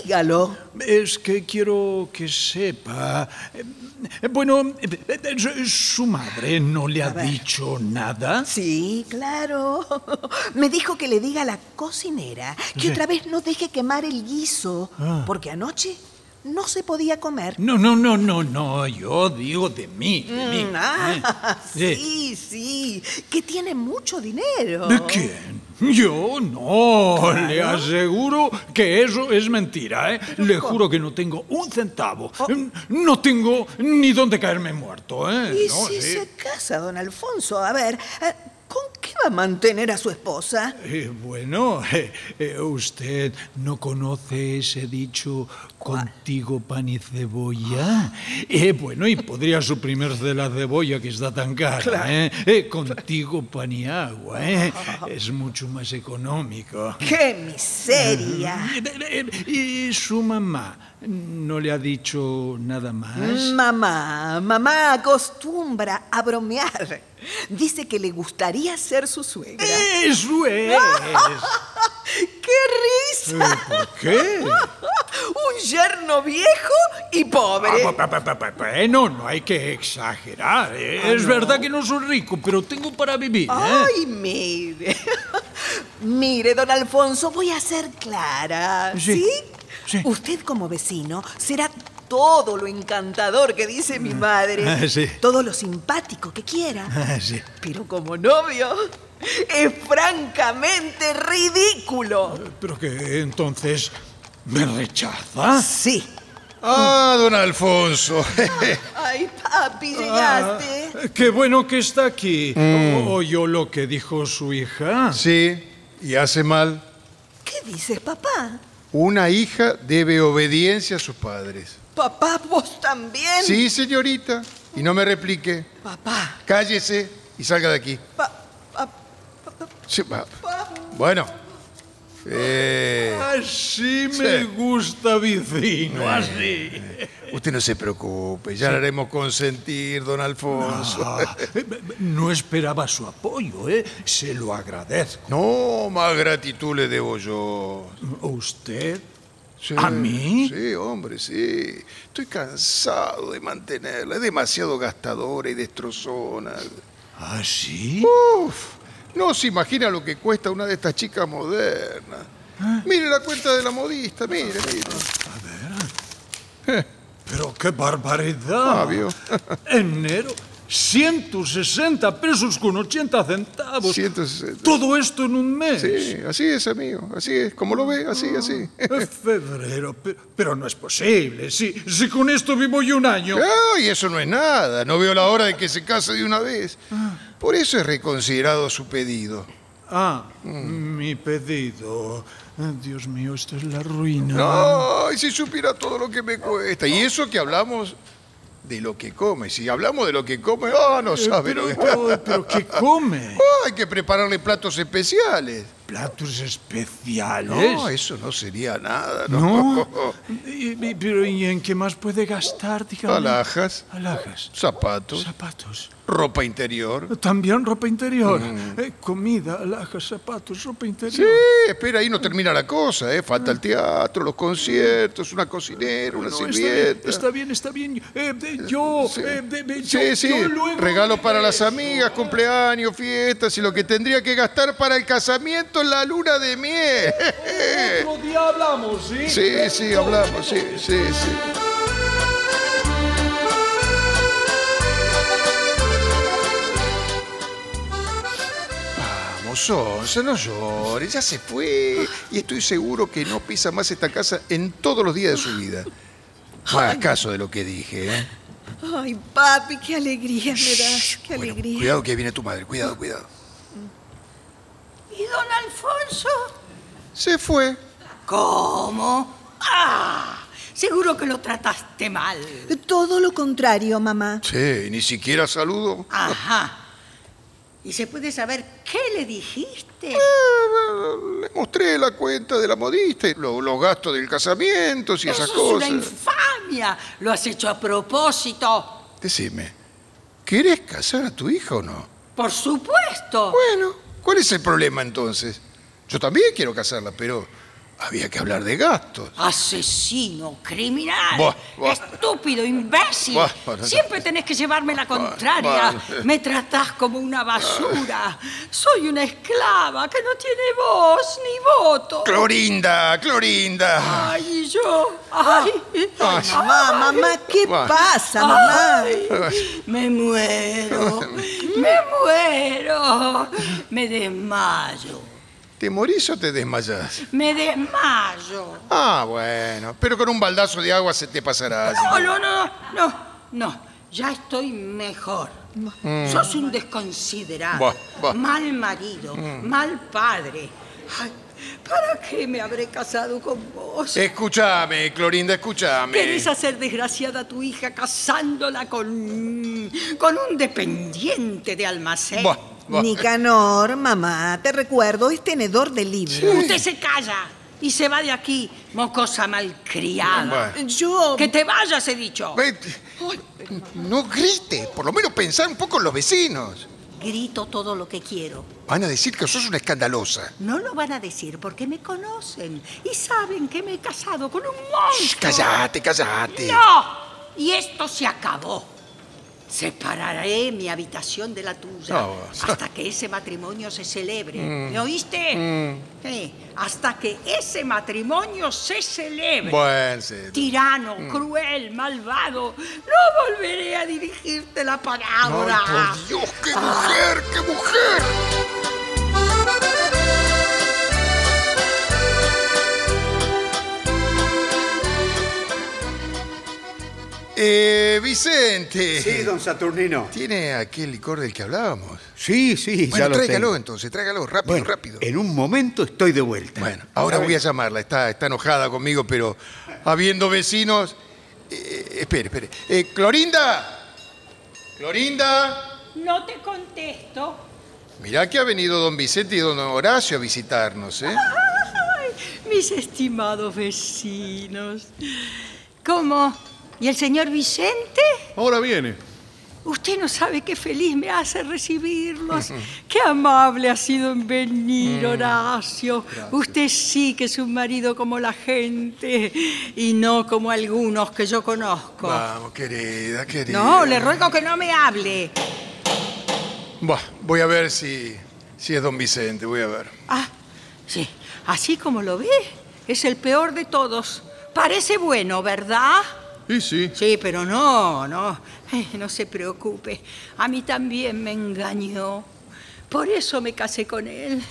Dígalo. Es que quiero que sepa. eh, Bueno, eh, eh, su- su madre no le ha dicho nada. Sí. Claro. Me dijo que le diga a la cocinera que Sí. otra vez no deje quemar el guiso, Ah. porque anoche no se podía comer. No, no, no, no, no. Yo digo de mí. De mí. Mm, ah, Eh, sí, sí, que tiene mucho dinero. ¿De quién? Yo no, le aseguro que eso es mentira, ¿eh? Le juro que no tengo un centavo. Oh. Mm, No tengo ni dónde caerme muerto, ¿eh? ¿Y No, si sí. se casa, don Alfonso? A ver, eh, ¿con qué va a mantener a su esposa? Eh, bueno, eh, eh, usted no conoce ese dicho contigo pan y Ah. cebolla. Eh, bueno, y podría suprimirse de la cebolla que está tan cara. Claro. ¿eh? Eh, contigo pan y agua. ¿eh? Es mucho más económico. ¡Qué miseria! eh, ¿Y su mamá no le ha dicho nada más? Mamá, mamá acostumbra a bromear. Dice que le gustaría ser su suegra. ¡Eso es! ¡Qué risa! ¿Por qué? Un yerno viejo y pobre. Ah, pa, pa, pa, pa, pa, eh, no, no hay que exagerar. eh. Ah, es no. verdad que no soy rico, pero tengo para vivir. ¿eh? Ay, mire. mire, don Alfonso, voy a ser clara. Sí, Sí. Usted como vecino será todo lo encantador que dice mi madre. Ah, sí. Todo lo simpático que quiera. Ah, sí. Pero como novio, es francamente ridículo. Pero que entonces me rechaza. Sí. Ah, don Alfonso. Ay, papi, llegaste. Qué bueno que está aquí. ¿Oyó lo que dijo su hija? Sí, y hace mal. ¿Qué dices, papá? Una hija debe obediencia a sus padres. Papá, vos también. Sí, señorita. Y no me replique. Papá. Cállese y salga de aquí. Sí, va. Bueno. Eh, Así me gusta, vecino, así. usted no se preocupe, ya la haremos consentir, don Alfonso. Ah, no esperaba su apoyo, ¿eh? Se lo agradezco. No, más gratitud le debo yo. ¿Usted? Sí, ¿A mí? Sí, hombre, sí. Estoy cansado de mantenerla. Es demasiado gastadora y destrozona. ¿Ah, sí? Uf, no se imagina lo que cuesta una de estas chicas modernas. ¿Ah? Mire la cuenta de la modista, mire, mire. Pero qué barbaridad. Ah, vio. Enero, 160 pesos con 80 centavos. 160. Todo esto en un mes. Sí, así es, amigo. Así es, como lo ve, así, así. Es Ah, febrero, pe- pero, no es posible. Si, si con esto vivo yo un año. Ay, eso no es nada. No veo la hora de que se case de una vez. Por eso es reconsiderado su pedido. Ah, Mm. mi pedido. Ah, Dios mío, esto es la ruina. No, y si supiera todo lo que me cuesta. Y eso que hablamos de lo que come. Si hablamos de lo que come, ah, no Eh, sabe. pero- lo que- pero- pero ¿qué come? Ah, hay que prepararle platos especiales. ¿Platos especiales? No, eso no sería nada. ¿No? No. Y- y- pero ¿y en qué más puede gastar, dígame? Alhajas. Alhajas. Zapatos. Zapatos. Ropa interior. También ropa interior. Eh, comida, alhajas, zapatos, ropa interior. Mm. Sí, espera, ahí no termina la cosa, ¿eh? Falta el teatro, los conciertos, una cocinera, una No, sirvienta. está bien, está bien, está bien. Eh, de- yo, eh, de- de- yo- Sí, sí, yo luego- regalo para las amigas, cumpleaños, fiestas y lo que tendría que gastar para el casamiento en la luna de miel. Otro día hablamos, ¿sí? Sí, sí, hablamos, sí, sí, sí. Vamos, Sonso, no llores, ya se fue. Y estoy seguro que no pisa más esta casa en todos los días de su vida. No hagas caso de lo que dije, ¿eh? Ay, papi, qué alegría me das. Qué alegría. Cuidado que viene tu madre, cuidado, cuidado. ¿Y don Alfonso? Se fue. ¿Cómo? ¡Ah! Seguro que lo trataste mal. Todo lo contrario, mamá. Sí, ni siquiera saludo. Ah, Ah, Ajá. ¿Y se puede saber qué le dijiste? ah, Le mostré la cuenta de la modista, y lo- los gastos del casamiento y Eso esas es una cosas. infamia. Lo has hecho a propósito. Decime, ¿querés casar a tu hija o no? Por supuesto. Bueno. ¿Cuál es el problema entonces? Yo también quiero casarla, pero Había que hablar de gastos. Ah, Asesino, criminal, Buah, buah. estúpido, imbécil. Buah, bueno, Siempre tenés que llevarme la contraria. bueno. Me tratás como una basura. Soy una esclava que no tiene voz ni voto. Clorinda, Clorinda. Ay, y yo. Ay. Ay, mamá, mamá, ¿qué Bueno. pasa, mamá? Ay, me muero. Me muero. Me desmayo. ¿Te morís o te desmayás? Me desmayo. Ah, bueno. Pero con un baldazo de agua se te pasará. No, no, no, no, no. Ya estoy mejor. Mm. Sos un desconsiderado, Buah, buah. mal marido, Mm. mal padre. Ay, ¿Para qué me habré casado con vos? Escúchame, Clorinda, escúchame. Querés hacer desgraciada a tu hija casándola con, con un dependiente de almacén. Nicanor, mamá, te recuerdo, es tenedor de libros. Usted se calla y se va de aquí, mocosa malcriada. Bueno. Yo... Que te vayas, he dicho. Ve- No grites, por lo menos pensar un poco en los vecinos. Grito todo lo que quiero. Van a decir que sos una escandalosa. No lo van a decir porque me conocen y saben que me he casado con un monstruo. Callate, callate. ¡No! Y esto se acabó. Separaré mi habitación de la tuya No, vos. hasta que ese matrimonio se celebre. Ah, Mm. ¿Me oíste? Mm. Sí, hasta que ese matrimonio se celebre. Bueno, sí. Tirano, Mm. cruel, malvado, no volveré a dirigirte la palabra. Ay, por Dios, qué mujer, qué mujer. Eh, Vicente. Sí, don Saturnino. ¿Tiene aquel licor del que hablábamos? Sí, sí, Bueno, ya lo tráigalo tengo. entonces, tráigalo, rápido, Bueno, rápido. En un momento estoy de vuelta. Bueno, Ahora voy a llamarla, está, está enojada conmigo, pero habiendo vecinos... eh, espere, espere. Eh, Clorinda, Clorinda. No te contesto. mirá que ha venido don Vicente y don Horacio a visitarnos, ¿eh? Ay, mis estimados vecinos. ¿Cómo? ¿Y el señor Vicente? Ahora viene. Usted no sabe qué feliz me hace recibirlos. Qué amable ha sido en venir, Mm. Horacio. Usted sí que es un marido como la gente y no como algunos que yo conozco. Vamos, querida, querida. No, le ruego que no me hable. Buah, voy a ver si, si es don Vicente, voy a ver. Ah, sí. Así como lo ve, es el peor de todos. Parece bueno, ¿verdad? Y sí. Sí, pero no, no. Eh, no se preocupe. A mí también me engañó. Por eso me casé con él.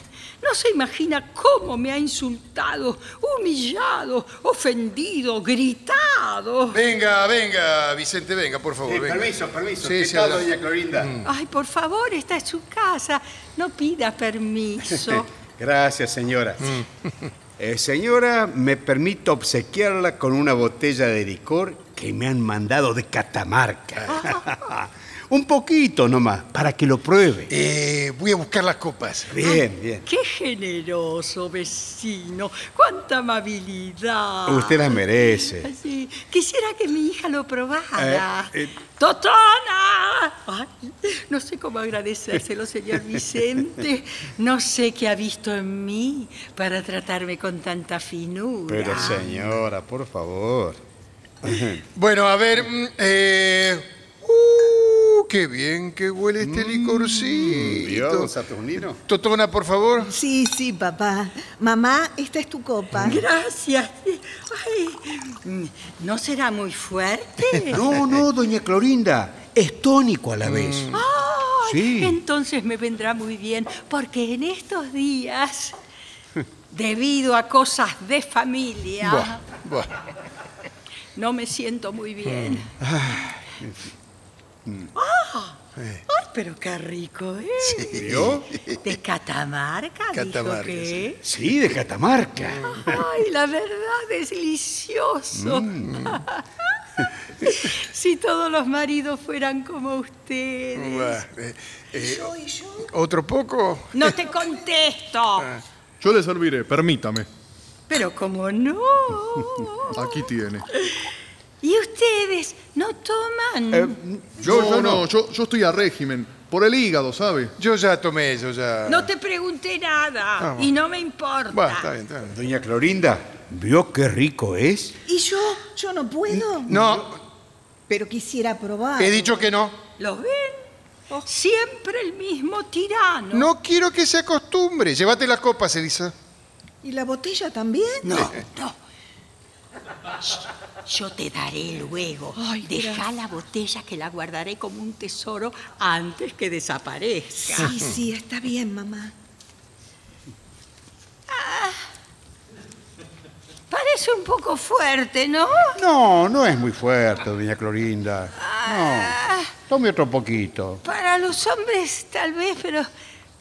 No se imagina cómo me ha insultado, humillado, ofendido, gritado. Venga, venga, Vicente, venga, por favor. Sí, venga. permiso, permiso. Sí, ¿Qué sí, tal, adelante. doña Clorinda? Mm. Ay, por favor, esta es su casa. No pida permiso. Gracias, señora. Mm. Eh, señora, me permito obsequiarla con una botella de licor que me han mandado de Catamarca. Un poquito nomás, para que lo pruebe. Eh, voy a buscar las copas. Bien, bien. Qué generoso vecino, cuánta amabilidad. Usted las merece. Sí, Quisiera que mi hija lo probara. Eh, eh, ¡Totona! Ay, no sé cómo agradecérselo, señor Vicente. No sé qué ha visto en mí para tratarme con tanta finura. pero señora, por favor. Bueno, a ver. mm, eh, uh, qué bien que huele este Mm, ¿Vio, don licorcito. Saturnino? Totona, por favor. Sí, sí, papá. Mamá, esta es tu copa. Gracias. Ay, Mm, ¿No será muy fuerte? No, no, doña Clorinda. Es tónico a la vez. Mm. Ay, Sí. Entonces me vendrá muy bien, porque en estos días, debido a cosas de familia, Buah, buah. no me siento muy bien. Ah, ¡Ah! ¡Ay, pero qué rico es! ¿Vio? De Catamarca, dijo Catamarca, que. Sí, de Catamarca. Ay, la verdad es delicioso. Mm. si todos los maridos fueran como ustedes. Buah, eh, eh, ¿Otro poco? No te contesto. Yo le serviré, permítame. Pero como no. Aquí tiene. ¿Y ustedes no toman? yo, No, yo no. Eh, no, yo, yo estoy a régimen. Por el hígado, ¿sabe? Yo ya tomé, yo ya. No te pregunté nada Vamos. y no me importa. Doña Clorinda, ¿vio qué rico es? ¿Y yo? ¿Yo no puedo? No. Pero quisiera probar. He dicho que no. ¿Lo ven? Siempre el mismo tirano. No quiero que se acostumbre. Llévate las copas, Elisa. ¿Y la botella también? Yo te daré luego. Deja la botella que la guardaré como un tesoro antes que desaparezca. Sí, sí, está bien, mamá. Parece un poco fuerte, ¿no? No, no es muy fuerte, doña Clorinda. No. Tome otro poquito. Para los hombres tal vez, pero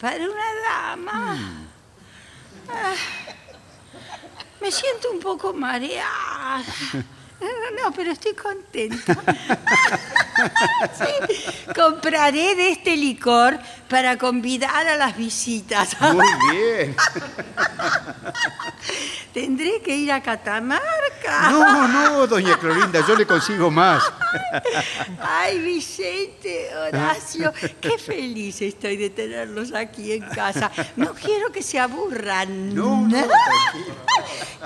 para una dama. Hmm. Ah, me siento un poco mareada. No, pero estoy contenta. Sí, compraré de este licor para convidar a las visitas. Muy bien. Tendré que ir a Catamarca. No, no, doña Clorinda, yo le consigo más. Ay, Vicente, Horacio, qué feliz estoy de tenerlos aquí en casa. No quiero que se aburran. No, no,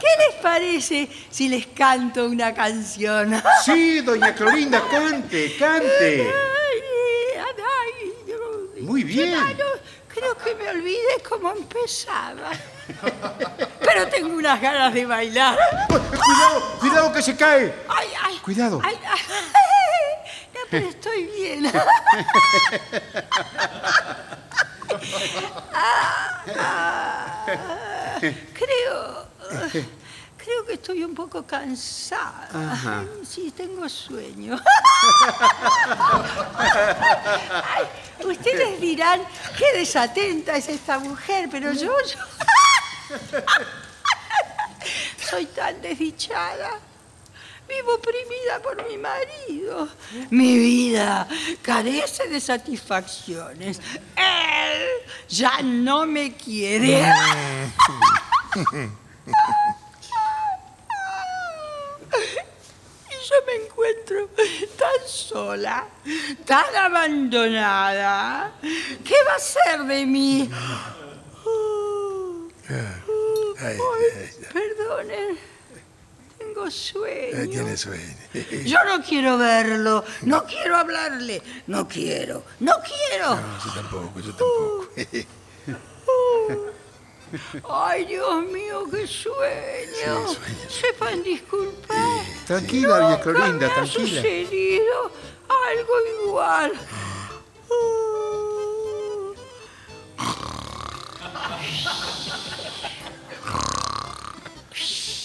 ¿Qué les parece si les canto una canción? Sí, doña Clorinda, cante, cante. Ay, ay, ay, Muy bien. Claro, creo que me olvidé cómo empezaba. Pero tengo unas ganas de bailar. Cuidado, cuidado que se cae. Ay, ay. Cuidado. Ay, ay. No, pero estoy bien. Ah, creo. Creo que estoy un poco cansada. Ajá. Sí, tengo sueño. Ay, ustedes dirán, qué desatenta es esta mujer, pero yo, yo- soy tan desdichada. Vivo oprimida por mi marido. Mi vida carece de satisfacciones. Él ya no me quiere. Y yo me encuentro tan sola, tan abandonada. ¿Qué va a ser de mí? Ay, Ay, perdonen, tengo ay, sueño. tiene sueño. Yo no quiero verlo, no quiero hablarle, no quiero, no quiero. No, yo tampoco, yo tampoco. Ay, Dios mío, qué sueño. Sepan disculpar. Tranquila, doña Me Clorinda, ha tranquila. sucedido algo igual.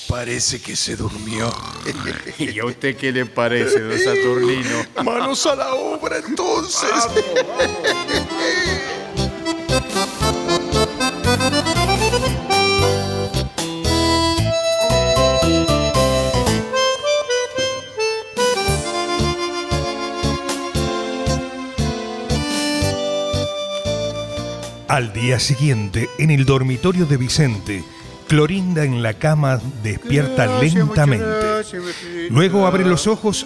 Parece que se durmió. ¿Y a usted qué le parece, don Saturnino? Manos a la obra entonces. Al día siguiente, en el dormitorio de Vicente, Clorinda en la cama despierta lentamente. Luego abre los ojos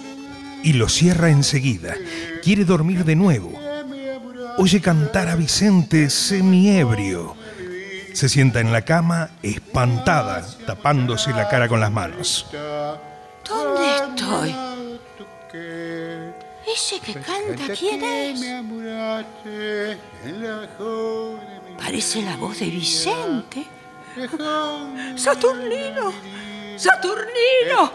y los cierra enseguida. Quiere dormir de nuevo. Oye cantar a Vicente semiebrio. Se sienta en la cama, espantada, tapándose la cara con las manos. ¿Dónde estoy? Ese que canta, ¿quién es? Parece la voz de Vicente. Saturnino, Saturnino.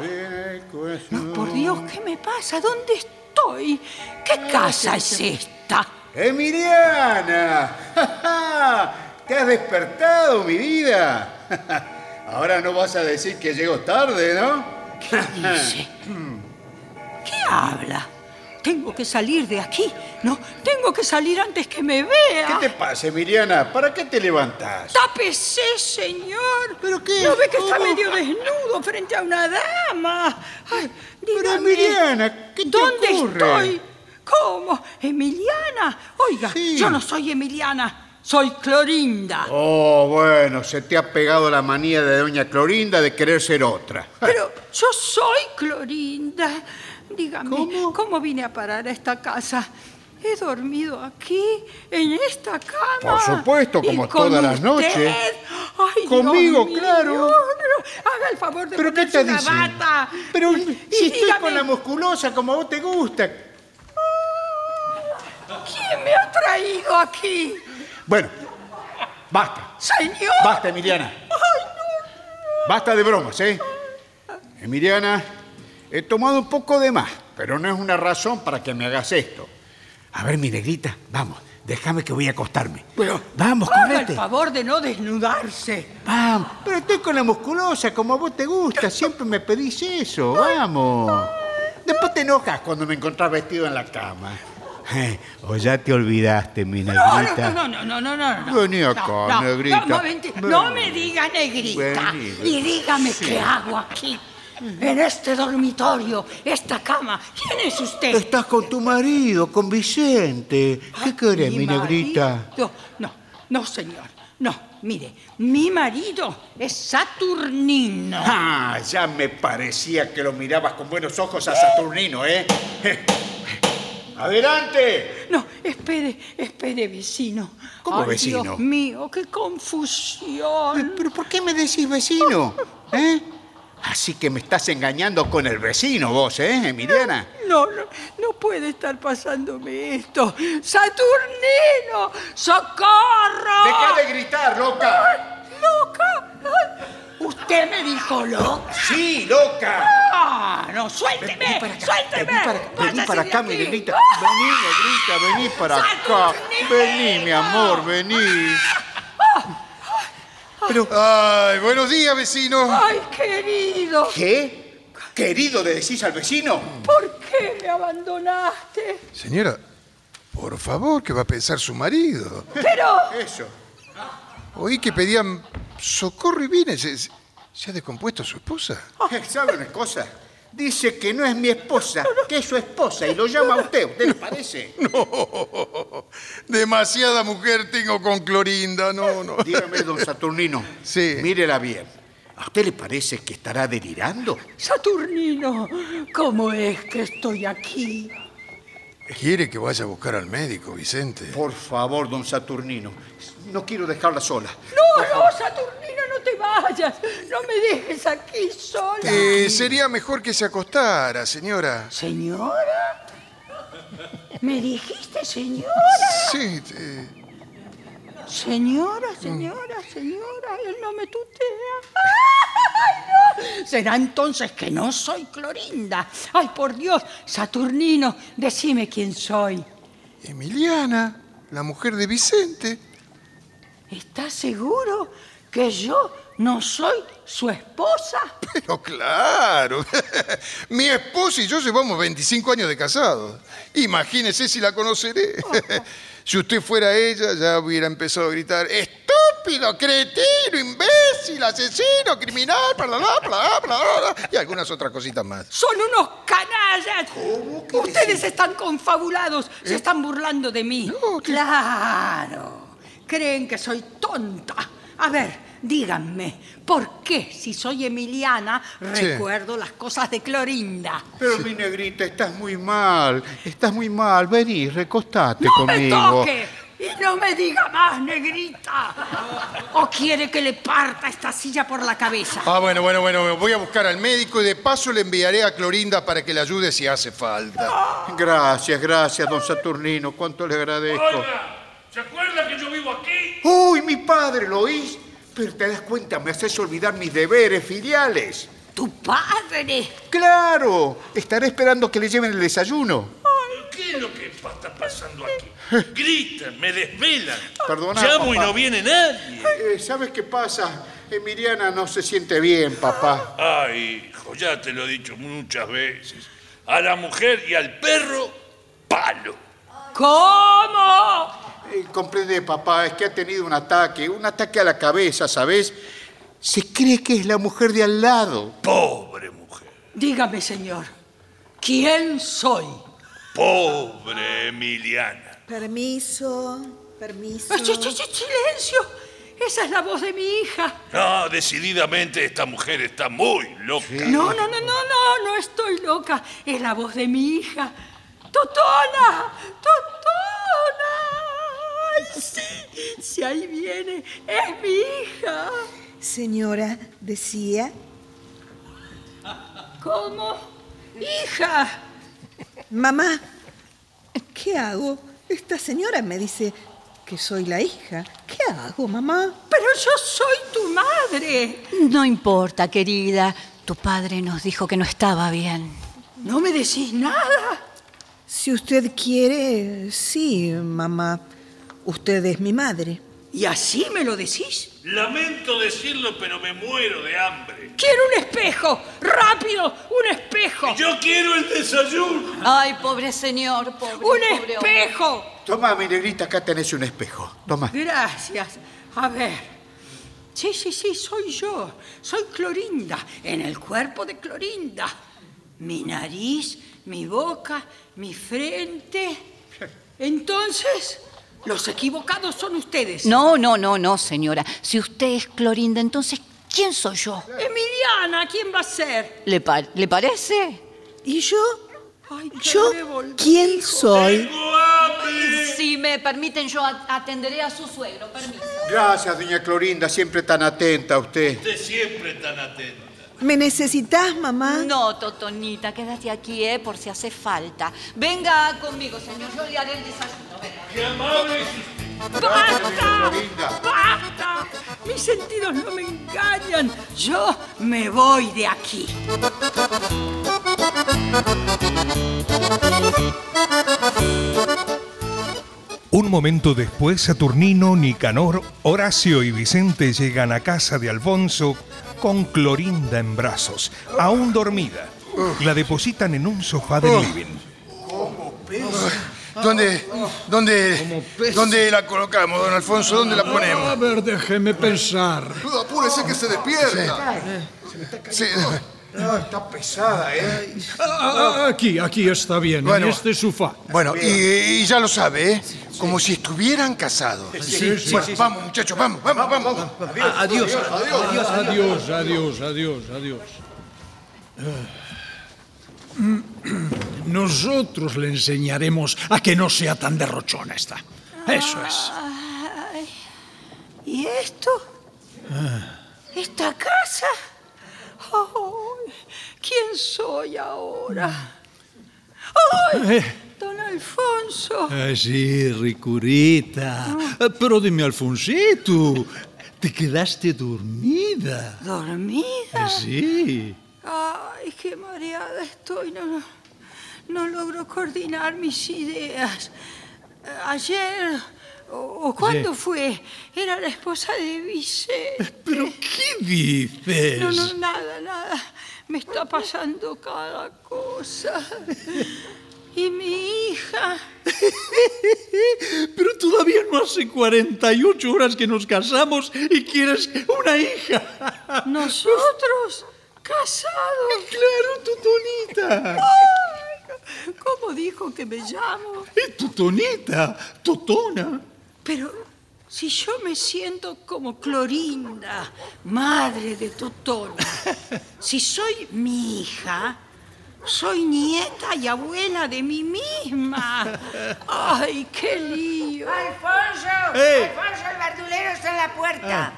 No, por Dios, ¿qué me pasa? ¿Dónde estoy? ¿Qué casa es esta? ¡Emiliana! ¡Ja, ja! ¡Te has despertado, mi vida! Ahora no vas a decir que llego tarde, ¿no? ¿Qué dice? ¿Qué este? habla? Tengo que salir de aquí. No, tengo que salir antes que me vea. ¿Qué te pasa, Emiliana? ¿Para qué te levantás? ¡Tápese, señor! ¿Pero qué? ¿No ve que está medio desnudo frente a una dama? Ay, Pero, Emiliana, ¿qué te ¿Dónde ocurre? estoy? ¿Cómo? ¿Emiliana? Oiga, yo no soy Emiliana, soy Clorinda. Oh, bueno, se te ha pegado la manía de doña Clorinda de querer ser otra. Pero yo soy Clorinda. Dígame, ¿Cómo? vine a parar a esta casa? He dormido aquí, en esta cama. Por supuesto, Y como con todas las noches. usted. Ay, Conmigo, Dios mío, claro. Haga el favor de ¿Pero qué ponerse está una diciendo? bata. Pero Y- si y estoy dígame, con la musculosa como a vos te gusta. ¿Quién me ha traído aquí? Bueno, basta. Señor. Basta, Emiliana. Basta de bromas, ¿eh? Emiliana, he tomado un poco de más, pero no es una razón para que me hagas esto. A ver, mi negrita, vamos, déjame que voy a acostarme. Pero, vamos, Haga el correte. favor de no desnudarse. Vamos, pero estoy con la musculosa como a vos te gusta, siempre me pedís eso, vamos. Después te enojas cuando me encontrás vestido en la cama. Eh, O ya te olvidaste, mi No, negrita. no, no, no, no, no, no, no. Vení No, acá, no, negrita. No, un momentito. Vení. No me diga negrita. Vení, Y vení. dígame Sí. qué hago aquí. En este dormitorio, esta cama. ¿Quién es usted? Estás con tu marido, con Vicente. ¿Qué querés, mi, negrita? Ah, marido? No, no, señor. No, mire, mi marido es Saturnino. Ah, ya me parecía que lo mirabas con buenos ojos a Saturnino, ¿eh? ¡Adelante! No, espere, espere, vecino. ¿Cómo Ay, vecino? Dios mío, qué confusión. ¿Pero por qué me decís vecino? ¿Eh? Así que me estás engañando con el vecino vos, ¿eh, Emiliana? No, no, no puede estar pasándome esto. ¡Saturnino! ¡Socorro! Deja de gritar, loca. ¡Loca! Ay, ¿Usted me dijo loca? ¡Sí, loca! ¡Ah, no! ¡Suélteme! ¡Suélteme! Vení para, Váyase vení para de acá, aquí. mi negrita. Vení, negrita, vení para acá. Vení, mi amor, vení. Pero... Ay, buenos días, vecino. ¡Ay, querido! ¿Qué? ¿Querido le decís al vecino? ¿Por qué me abandonaste? Señora, por favor, ¿qué va a pensar su marido? Pero... Eso. Oí que pedían socorro y vine. ¿Se, se- se ha descompuesto su esposa? Ah. ¿Sabe una cosa? Dice que no es mi esposa, que es su esposa y lo llama a usted. ¿Usted le parece? No, demasiada mujer tengo con Clorinda, no, no. Dígame, don Saturnino. Sí. Mírela bien. ¿A usted le parece que estará delirando? Saturnino, ¿cómo es que estoy aquí? Quiere que vaya a buscar al médico, Vicente. Por favor, don Saturnino. No quiero dejarla sola. No, no, Saturnino, no te vayas. No me dejes aquí sola. Eh, sería mejor que se acostara, señora. ¿Señora? ¿Me dijiste, señora? Sí. Mm. eh, Señora, señora, señora, él no me tutea. ¡Ay, no! Será entonces que no soy Clorinda. Ay, por Dios, Saturnino, decime quién soy. Emiliana, la mujer de Vicente. ¿Estás seguro que yo no soy su esposa? Pero claro. Mi esposa y yo llevamos 25 años de casados. Imagínese si la conoceré. Si usted fuera ella, ya hubiera empezado a gritar: ¡Estúpido, cretino, imbécil, asesino, criminal, bla, bla, bla, bla, bla, bla", Y algunas otras cositas más. Son unos canallas. Ustedes están confabulados, se están burlando de mí. Claro. Creen que soy tonta. A ver, díganme, ¿por qué si soy Emiliana recuerdo las cosas de Clorinda? Pero mi negrita, estás muy mal. Estás muy mal. Vení, recostate ¡No me conmigo. toque! Y no me diga más, negrita. ¿O quiere que le parta esta silla por la cabeza? Ah, bueno, bueno, bueno, voy a buscar al médico y de paso le enviaré a Clorinda para que le ayude si hace falta. Gracias, gracias, don Saturnino. ¿Cuánto le agradezco? Oiga, ¿se acuerda que yo vivo aquí? ¡Uy, mi padre, lo oís! Pero te das cuenta, me haces olvidar mis deberes filiales. ¡Tu padre! ¡Claro! Estaré esperando que le lleven el desayuno. ¿Qué es lo que pa- está pasando aquí? Gritan, me desvelan. Perdona. Llamo y papá. no viene nadie. Eh, ¿Sabes qué pasa? Emiliana no se siente bien, papá. Ay, hijo, ya te lo he dicho muchas veces. A la mujer y al perro, palo. ¿Cómo? Eh, comprende, papá, es que ha tenido un ataque, un ataque a la cabeza, ¿sabes? Se cree que es la mujer de al lado. Pobre, Dígame, señor, ¿quién soy? pobre Emiliana. Permiso, permiso. Ah, sí, sí, sí, ¡Silencio! Esa es la voz de mi hija. No, decididamente esta mujer está muy loca. No, no, no, no, no, no estoy loca. Es la voz de mi hija. ¡Totona! ¡Totona! sí, si ahí viene, es mi hija. Señora, decía. ¿Cómo? Hija. Mamá, ¿qué hago? Esta señora me dice que soy la hija. ¿Qué hago, mamá? Pero yo soy tu madre. No importa, querida. Tu padre nos dijo que no estaba bien. ¿No me decís nada? Si usted quiere, sí, mamá. Usted es mi madre. ¿Y así me lo decís? Lamento decirlo, pero me muero de hambre. Quiero un espejo, rápido, un espejo. Yo quiero el desayuno. Ay, pobre señor, pobre. Un pobre hombre. espejo. Toma, mi negrita, acá tenés un espejo. Toma. Gracias. A ver. Sí, sí, sí, soy yo. Soy Clorinda, en el cuerpo de Clorinda. Mi nariz, mi boca, mi frente. Entonces, los equivocados son ustedes. No, no, no, no, señora. Si usted es Clorinda, entonces, ¿quién soy yo? Emiliana, ¿quién va a ser? ¿Le, pa- ¿le parece? ¿Y yo? Ay, qué ¿Yo revoltijo. quién soy? Si me permiten, yo a- atenderé a su suegro. Permiso. Gracias, doña Clorinda, siempre tan atenta a usted. Usted siempre tan atento. ¿Me necesitas, mamá? No, Totonita, quédate aquí, eh, por si hace falta. Venga conmigo, señor, yo le haré el desayuno. Venga. ¡Qué amable! ¡Basta! ¡Basta! Mis sentidos no me engañan. Yo me voy de aquí. Un momento después, Saturnino, Nicanor, Horacio y Vicente llegan a casa de Alfonso con Clorinda en brazos, aún dormida. La depositan en un sofá Oh. del living. ¿Dónde, dónde, dónde la colocamos, don Alfonso? ¿Dónde la ponemos? Ah, A ver, déjeme pensar. Duda, apúrese que se despierta. Sí. está pesada, ¿eh? Ah, Aquí, aquí está bien, Bueno. en este sofá. Bueno, y, y ya lo sabe, ¿eh? Como si estuvieran casados. Sí, sí, sí, Bueno, sí, sí. vamos, muchachos, vamos, vamos, vamos. Ah, Adiós, adiós, adiós, adiós, adiós, adiós. Ah. Nosotros le enseñaremos a que no sea tan derrochona esta. Eso es. Ay, ¿Y esto? ¿Esta casa? Ay, ¿Quién soy ahora? ¡Ay! Eh. Don Alfonso. Ah, sí, ricurita. Ah, Pero dime, Alfonsito, te quedaste dormida. ¿Dormida? Ah, Sí. Ay, qué mareada estoy. No, no, no logro coordinar mis ideas. Eh, Ayer, o, o cuándo fue, era la esposa de Vicente. Eh, ¿Pero qué dices? No, no, nada, nada. Me está pasando cada cosa. Y mi hija. Pero todavía no hace 48 horas que nos casamos y quieres una hija. Nosotros, casados. Claro, Totonita. ¿Cómo dijo que me llamo? Totonita, Totona. Pero si yo me siento como Clorinda, madre de Totona, si soy mi hija, soy nieta y abuela de mí misma. ¡Ay, qué lío! ¡Alfonso! ¡Eh! ¡Alfonso, el verdulero está en la puerta!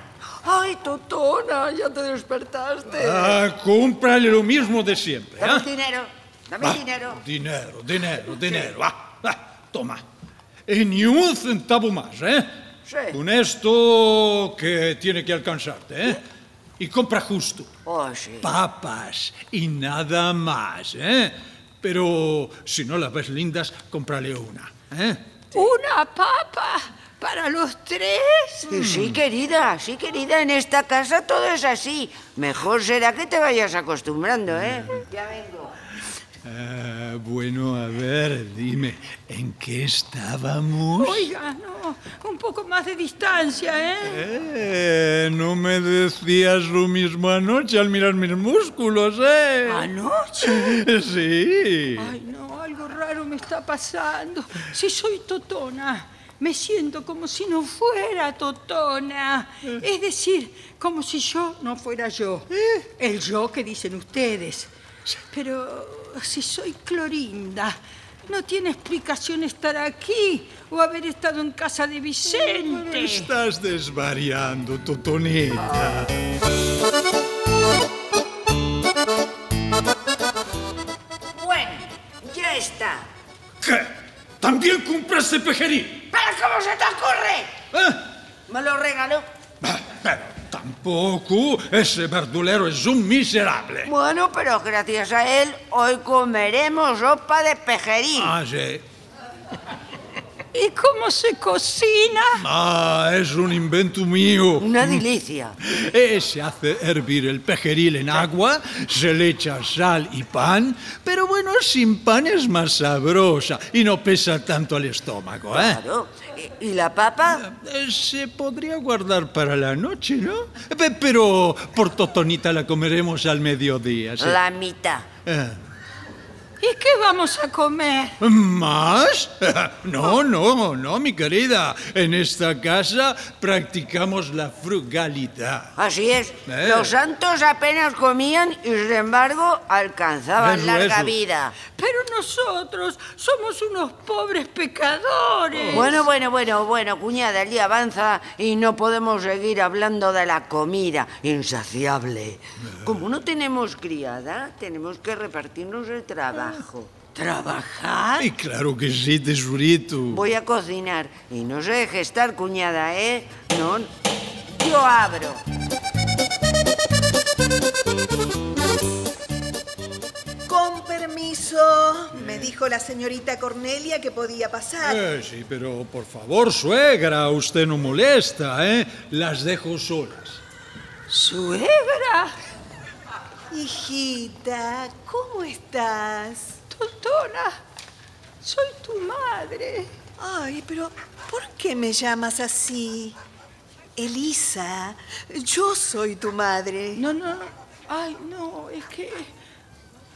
¡Ay, Totona! Ya te despertaste. Ah, cómprale lo mismo de siempre. Dame ¿ah? dinero, dame Ah, dinero. Dinero, dinero, dinero. Ah, ah, toma. Y ni un centavo más, ¿eh? Sí. Con esto que tiene que alcanzarte, ¿eh? Y compra justo. Oh, sí. Papas y nada más, ¿eh? Pero si no las ves lindas, cómprale una, ¿eh? ¿Una papa para los tres? Sí, Mm. Sí, querida, sí, querida, en esta casa todo es así. Mejor será que te vayas acostumbrando, ¿eh? Ya vengo. Ah, bueno, a ver, dime, ¿en qué estábamos? Oiga, no, un poco más de distancia, ¿eh? Eh, no me decías lo mismo anoche al mirar mis músculos, ¿eh? ¿Anoche? Sí. Ay, no, algo raro me está pasando. Si soy totona, me siento como si no fuera totona. Es decir, como si yo no fuera yo. ¿Eh? El yo que dicen ustedes. Pero si soy Clorinda, No tiene explicación estar aquí o haber estado en casa de Vicente. Estás desvariando, Totonita. Bueno, ya está. ¿Qué? ¿También compraste pejerí? ¿Pero cómo se te ocurre? ¿Eh? Me lo regaló. Tampoco. Ese verdulero es un miserable. Bueno, pero gracias a él hoy comeremos ropa de pejerín. Ah, sí. ¿Y cómo se cocina? Ah, es un invento mío. Una delicia. Eh, se hace hervir el pejeril en agua, se le echa sal y pan, pero bueno, sin pan es más sabrosa y no pesa tanto al estómago, ¿eh? Claro. ¿Y, y la papa? Eh, Se podría guardar para la noche, ¿no? Pe- Pero por totonita la comeremos al mediodía, ¿sí? La mitad. Eh, ¿Y qué vamos a comer? ¿Más? No, no, no, mi querida. En esta casa practicamos la frugalidad. Así es. Eh. Los santos apenas comían y sin embargo alcanzaban Eso, larga eso. vida. Pero nosotros somos unos pobres pecadores. Bueno, bueno, bueno, bueno, cuñada, el día avanza y no podemos seguir hablando de la comida insaciable. Como no tenemos criada, tenemos que repartirnos el trabajo. ¿Trabajar? Y claro que sí, tesorito. Voy a cocinar y no se deje estar, cuñada, ¿eh? No, yo abro. Con permiso, me dijo la señorita Cornelia que podía pasar. Eh, sí, pero por favor, suegra, usted no molesta, ¿eh? Las dejo solas. ¿Suegra? Hijita, ¿cómo estás? Totona, soy tu madre. Ay, pero ¿por qué me llamas así? Elisa, yo soy tu madre. No, no, Ay, no, es que...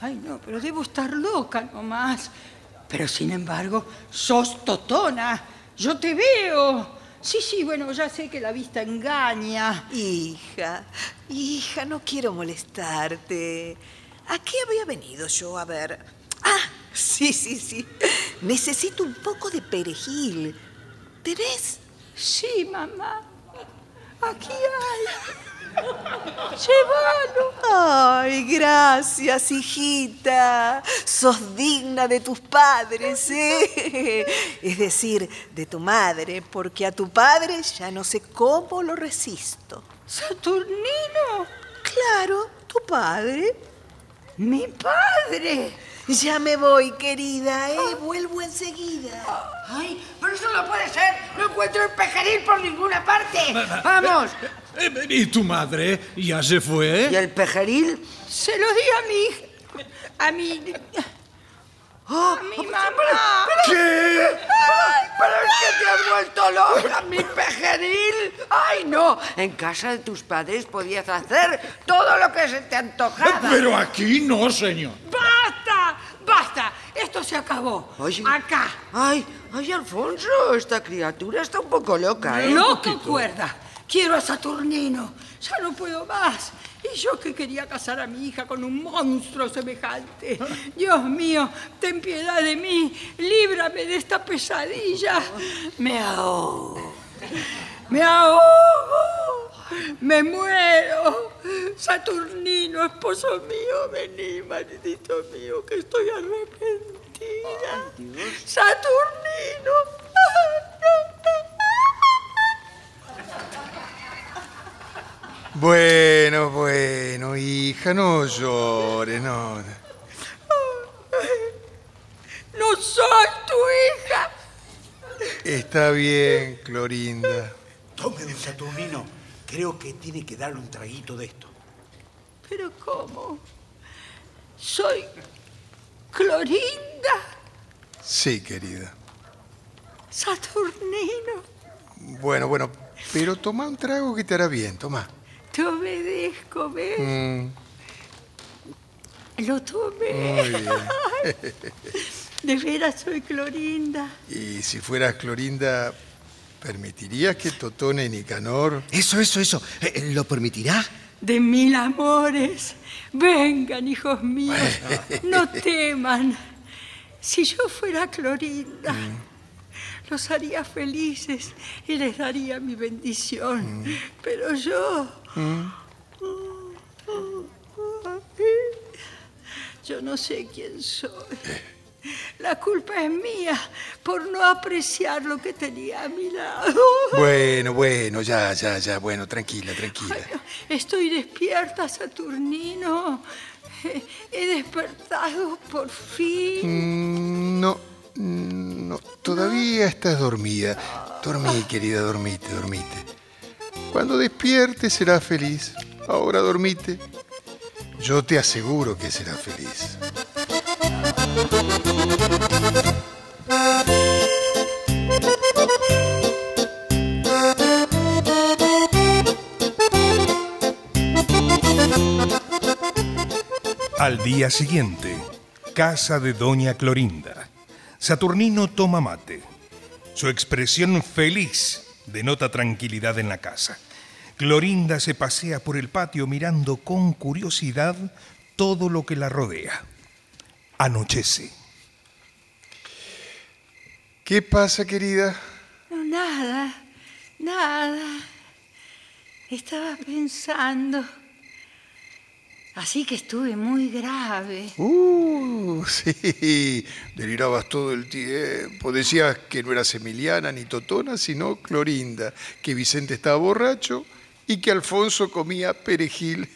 Ay, no, pero debo estar loca nomás. Pero sin embargo, sos totona. Yo te veo. Sí, sí, bueno, ya sé que la vista engaña. Hija, hija, no quiero molestarte. ¿A qué había venido yo? A ver. Ah, sí, sí, sí. Necesito un poco de perejil. ¿Tenés? Sí, mamá. Aquí hay. Llévalo. Ay, gracias, hijita. Sos digna de tus padres, ¿eh? Es decir, de tu madre, porque a tu padre ya no sé cómo lo resisto. ¿Saturnino? Claro, tu padre. ¿Mi padre? Ya me voy, querida, ¿eh? Vuelvo enseguida. Ay, pero eso no puede ser. No encuentro el pejeril por ninguna parte. Vamos. Eh, eh, ¿Y tu madre? ¿Ya se fue? ¿Y el pejeril? Se lo di a mi hija. A mi. Ah, a mi mamá. ¿Qué? Ay, pero es que te has vuelto loca, mi pejeril. Ay, no. En casa de tus padres podías hacer todo lo que se te antojaba. Pero aquí no, señor. ¡Basta! ¡Basta! Esto se acabó. Oye. Acá. Ay, ay, Alfonso, esta criatura está un poco loca, ¿eh? Loca o cuerda. Quiero a Saturnino. Ya no puedo más. Y yo que quería casar a mi hija con un monstruo semejante. Dios mío, ten piedad de mí. Líbrame de esta pesadilla. Me ahogo. Me ahogo. Me muero. Saturnino, esposo mío, vení, maridito mío, que estoy arrepentida. Saturnino. Ah, Bueno, bueno, hija, no llores, no. No soy tu hija. Está bien, Clorinda. Tome, don Saturnino. Creo que tiene que darle un traguito de esto. Pero ¿cómo? Soy Clorinda Sí, querida. Saturnino. Bueno, bueno, pero toma un trago que te hará bien, toma. Te obedezco, ¿ves? Mm, Lo tomé. muy bien. De veras soy Clorinda. y si fueras Clorinda, ¿permitirías que Totone y Nicanor... Eso, eso, eso. Eh, ¿Lo permitirá? De mil amores. Vengan, hijos míos. No teman. Si yo fuera Clorinda, Mm. los haría felices y les daría mi Mm. bendición. Pero yo, yo no sé quién soy. Eh. La culpa es mía por no apreciar lo que tenía a mi lado. Bueno, bueno, ya, ya, ya. Bueno, tranquila, tranquila. Estoy despierta, Saturnino. Eh, He despertado por fin. Mm, No, mm, no, todavía estás dormida. Dormí, querida, dormite, dormite. Cuando despiertes serás feliz. Ahora dormite. Yo te aseguro que serás feliz. Al día siguiente, casa de Doña Clorinda. Saturnino toma mate. Su expresión feliz denota tranquilidad en la casa. Clorinda se pasea por el patio mirando con curiosidad todo lo que la rodea. Anochece. ¿Qué pasa, querida? No, nada, nada. Estaba pensando. Así que estuve muy grave. Uh, sí, delirabas todo el tiempo. Decías que no eras Emiliana ni Totona, sino Clorinda, que Vicente estaba borracho y que Alfonso comía perejil.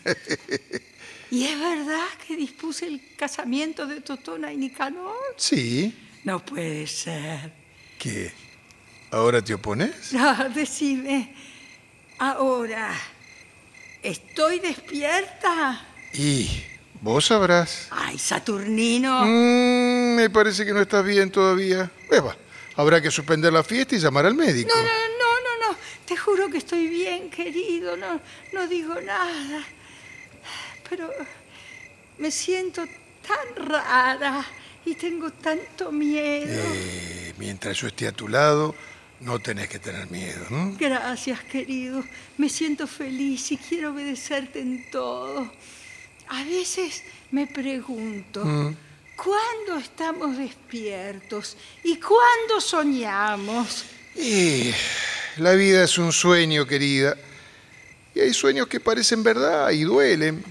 ¿Y es verdad que dispuse el casamiento de Totona y Nicanor? sí, No puede ser. ¿qué? ¿Ahora te opones? No, decime. Ahora, ¿estoy despierta? Y vos sabrás. Ay, Saturnino. Mm, me parece que no estás bien todavía. Eva, habrá que suspender la fiesta y llamar al médico. No, no, no, no, no. Te juro que estoy bien, querido. No, no digo nada. Pero me siento tan rara y tengo tanto miedo. Eh, mientras yo esté a tu lado, no tenés que tener miedo. ¿no? Gracias, querido. Me siento feliz y quiero obedecerte en todo. A veces me pregunto, Mm. ¿cuándo estamos despiertos y cuándo soñamos? Y la vida es un sueño, querida. Y hay sueños que parecen verdad y duelen.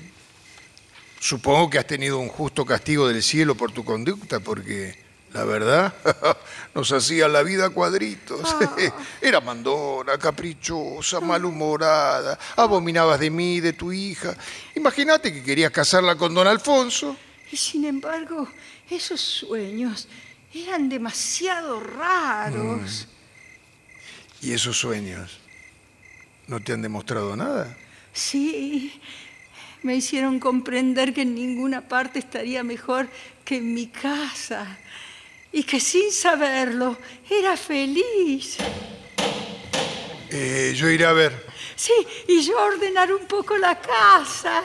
Supongo que has tenido un justo castigo del cielo por tu conducta, porque la verdad nos hacía la vida a cuadritos. Era mandona, caprichosa, malhumorada, abominabas de mí, de tu hija. Imagínate que querías casarla con don Alfonso. Y sin embargo, esos sueños eran demasiado Mm. raros. ¿Y esos sueños no te han demostrado nada? Sí, me hicieron comprender que en ninguna parte estaría mejor que en mi casa y que sin saberlo era feliz. Eh, yo iré a ver. Sí, y yo ordenar un poco la casa.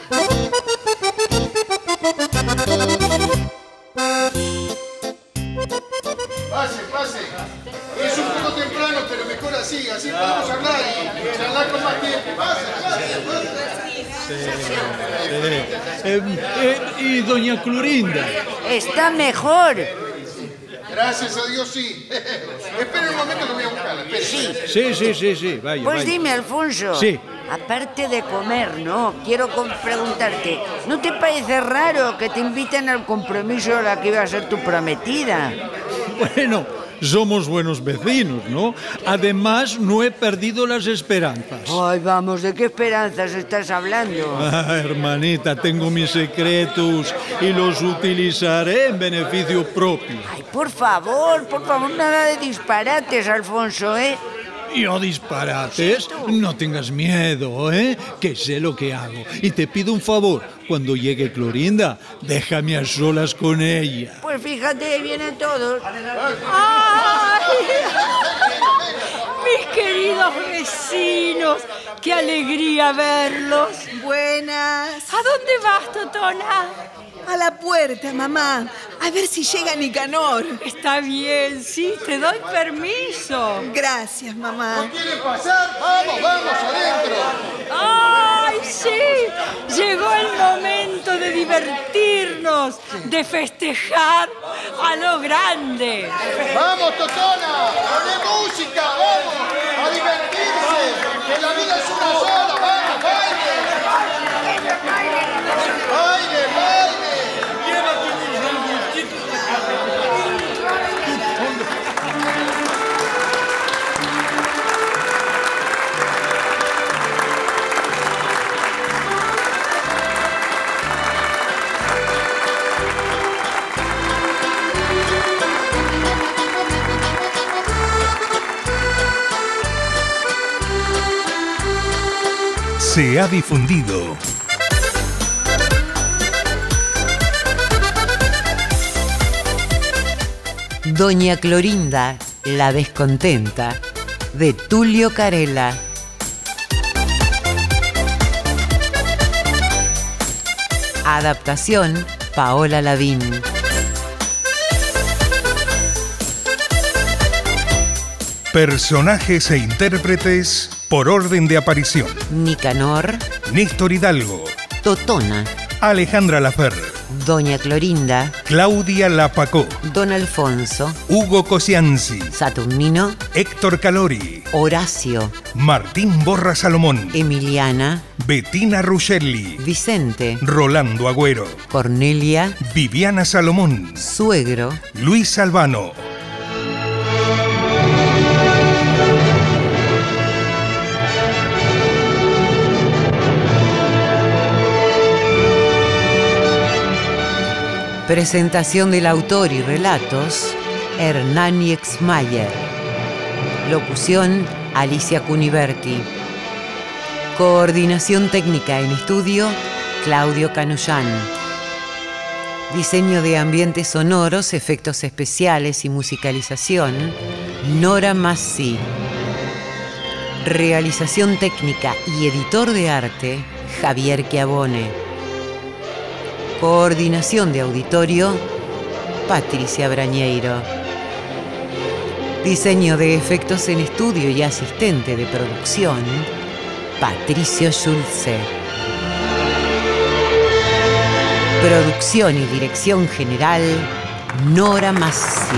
Pase, pase. Es un poco temprano, pero mejor así, así podemos hablar y charlar con más tiempo. Pase, pase, Eh, eh, em, eh, y doña Clorinda. Está mejor. Gracias a Dios, sí. Esperen un momento que voy a buscarla. espere. Sí, sí, sí, sí, vaya. Pues vaya. dime, Alfonso. Sí. Aparte de comer, ¿no? Quiero con- preguntarte, ¿no te parece raro que te inviten al compromiso a la que iba a ser tu prometida? Bueno, somos buenos vecinos, ¿no? Además, no he perdido las esperanzas. Ay, vamos, ¿de qué esperanzas estás hablando? Ah, hermanita, tengo mis secretos y los utilizaré en beneficio propio. Ay, por favor, por favor, nada de disparates, Alfonso, ¿eh? Yo disparates, no tengas miedo, ¿eh? Que sé lo que hago. Y te pido un favor, cuando llegue Clorinda, déjame a solas con ella. Pues fíjate, vienen todos. Mis queridos vecinos, qué alegría verlos. Buenas. ¿A dónde vas, Totona? A la puerta, mamá. A ver si llega Nicanor. Está bien, sí, te doy permiso. Gracias, mamá. ¿Quieren pasar? Vamos, vamos, adentro. ¡Ay, sí! Llegó el momento de divertirnos, de festejar. a lo grande. ¡Vamos, Totona! ¡Poné música! ¡Vamos! ¡A divertirse! ¡Que la vida es una sola! ¡Vamos, baile! ¡Baile, baile! ¡Llévate tus sanguchitos de Se ha difundido Doña Clorinda, la descontenta, de Tulio Carela. Adaptación, Paola Lavín. Personajes e intérpretes por orden de aparición. Nicanor, Néstor Hidalgo, Totona, Alejandra Laferre, Doña Clorinda, Claudia Lapacó, Don Alfonso, Hugo Cosianzi, Saturnino, Héctor Calori, Horacio, Martín Borra Salomón, Emiliana, Bettina Ruscelli, Vicente, Rolando Agüero, Cornelia, Viviana Salomón, Suegro, Luis Albano. Presentación del autor y relatos, Hernán Exmayer. Locución, Alicia Cuniverti. Coordinación técnica en estudio, Claudio Canullán. Diseño de ambientes sonoros, efectos especiales y musicalización, Nora Massi. Realización técnica y editor de arte, Javier Chiavone. Coordinación de auditorio, Patricia Brañeiro. Diseño de efectos en estudio y asistente de producción, Patricio Schulze. Producción y dirección general, Nora Massi.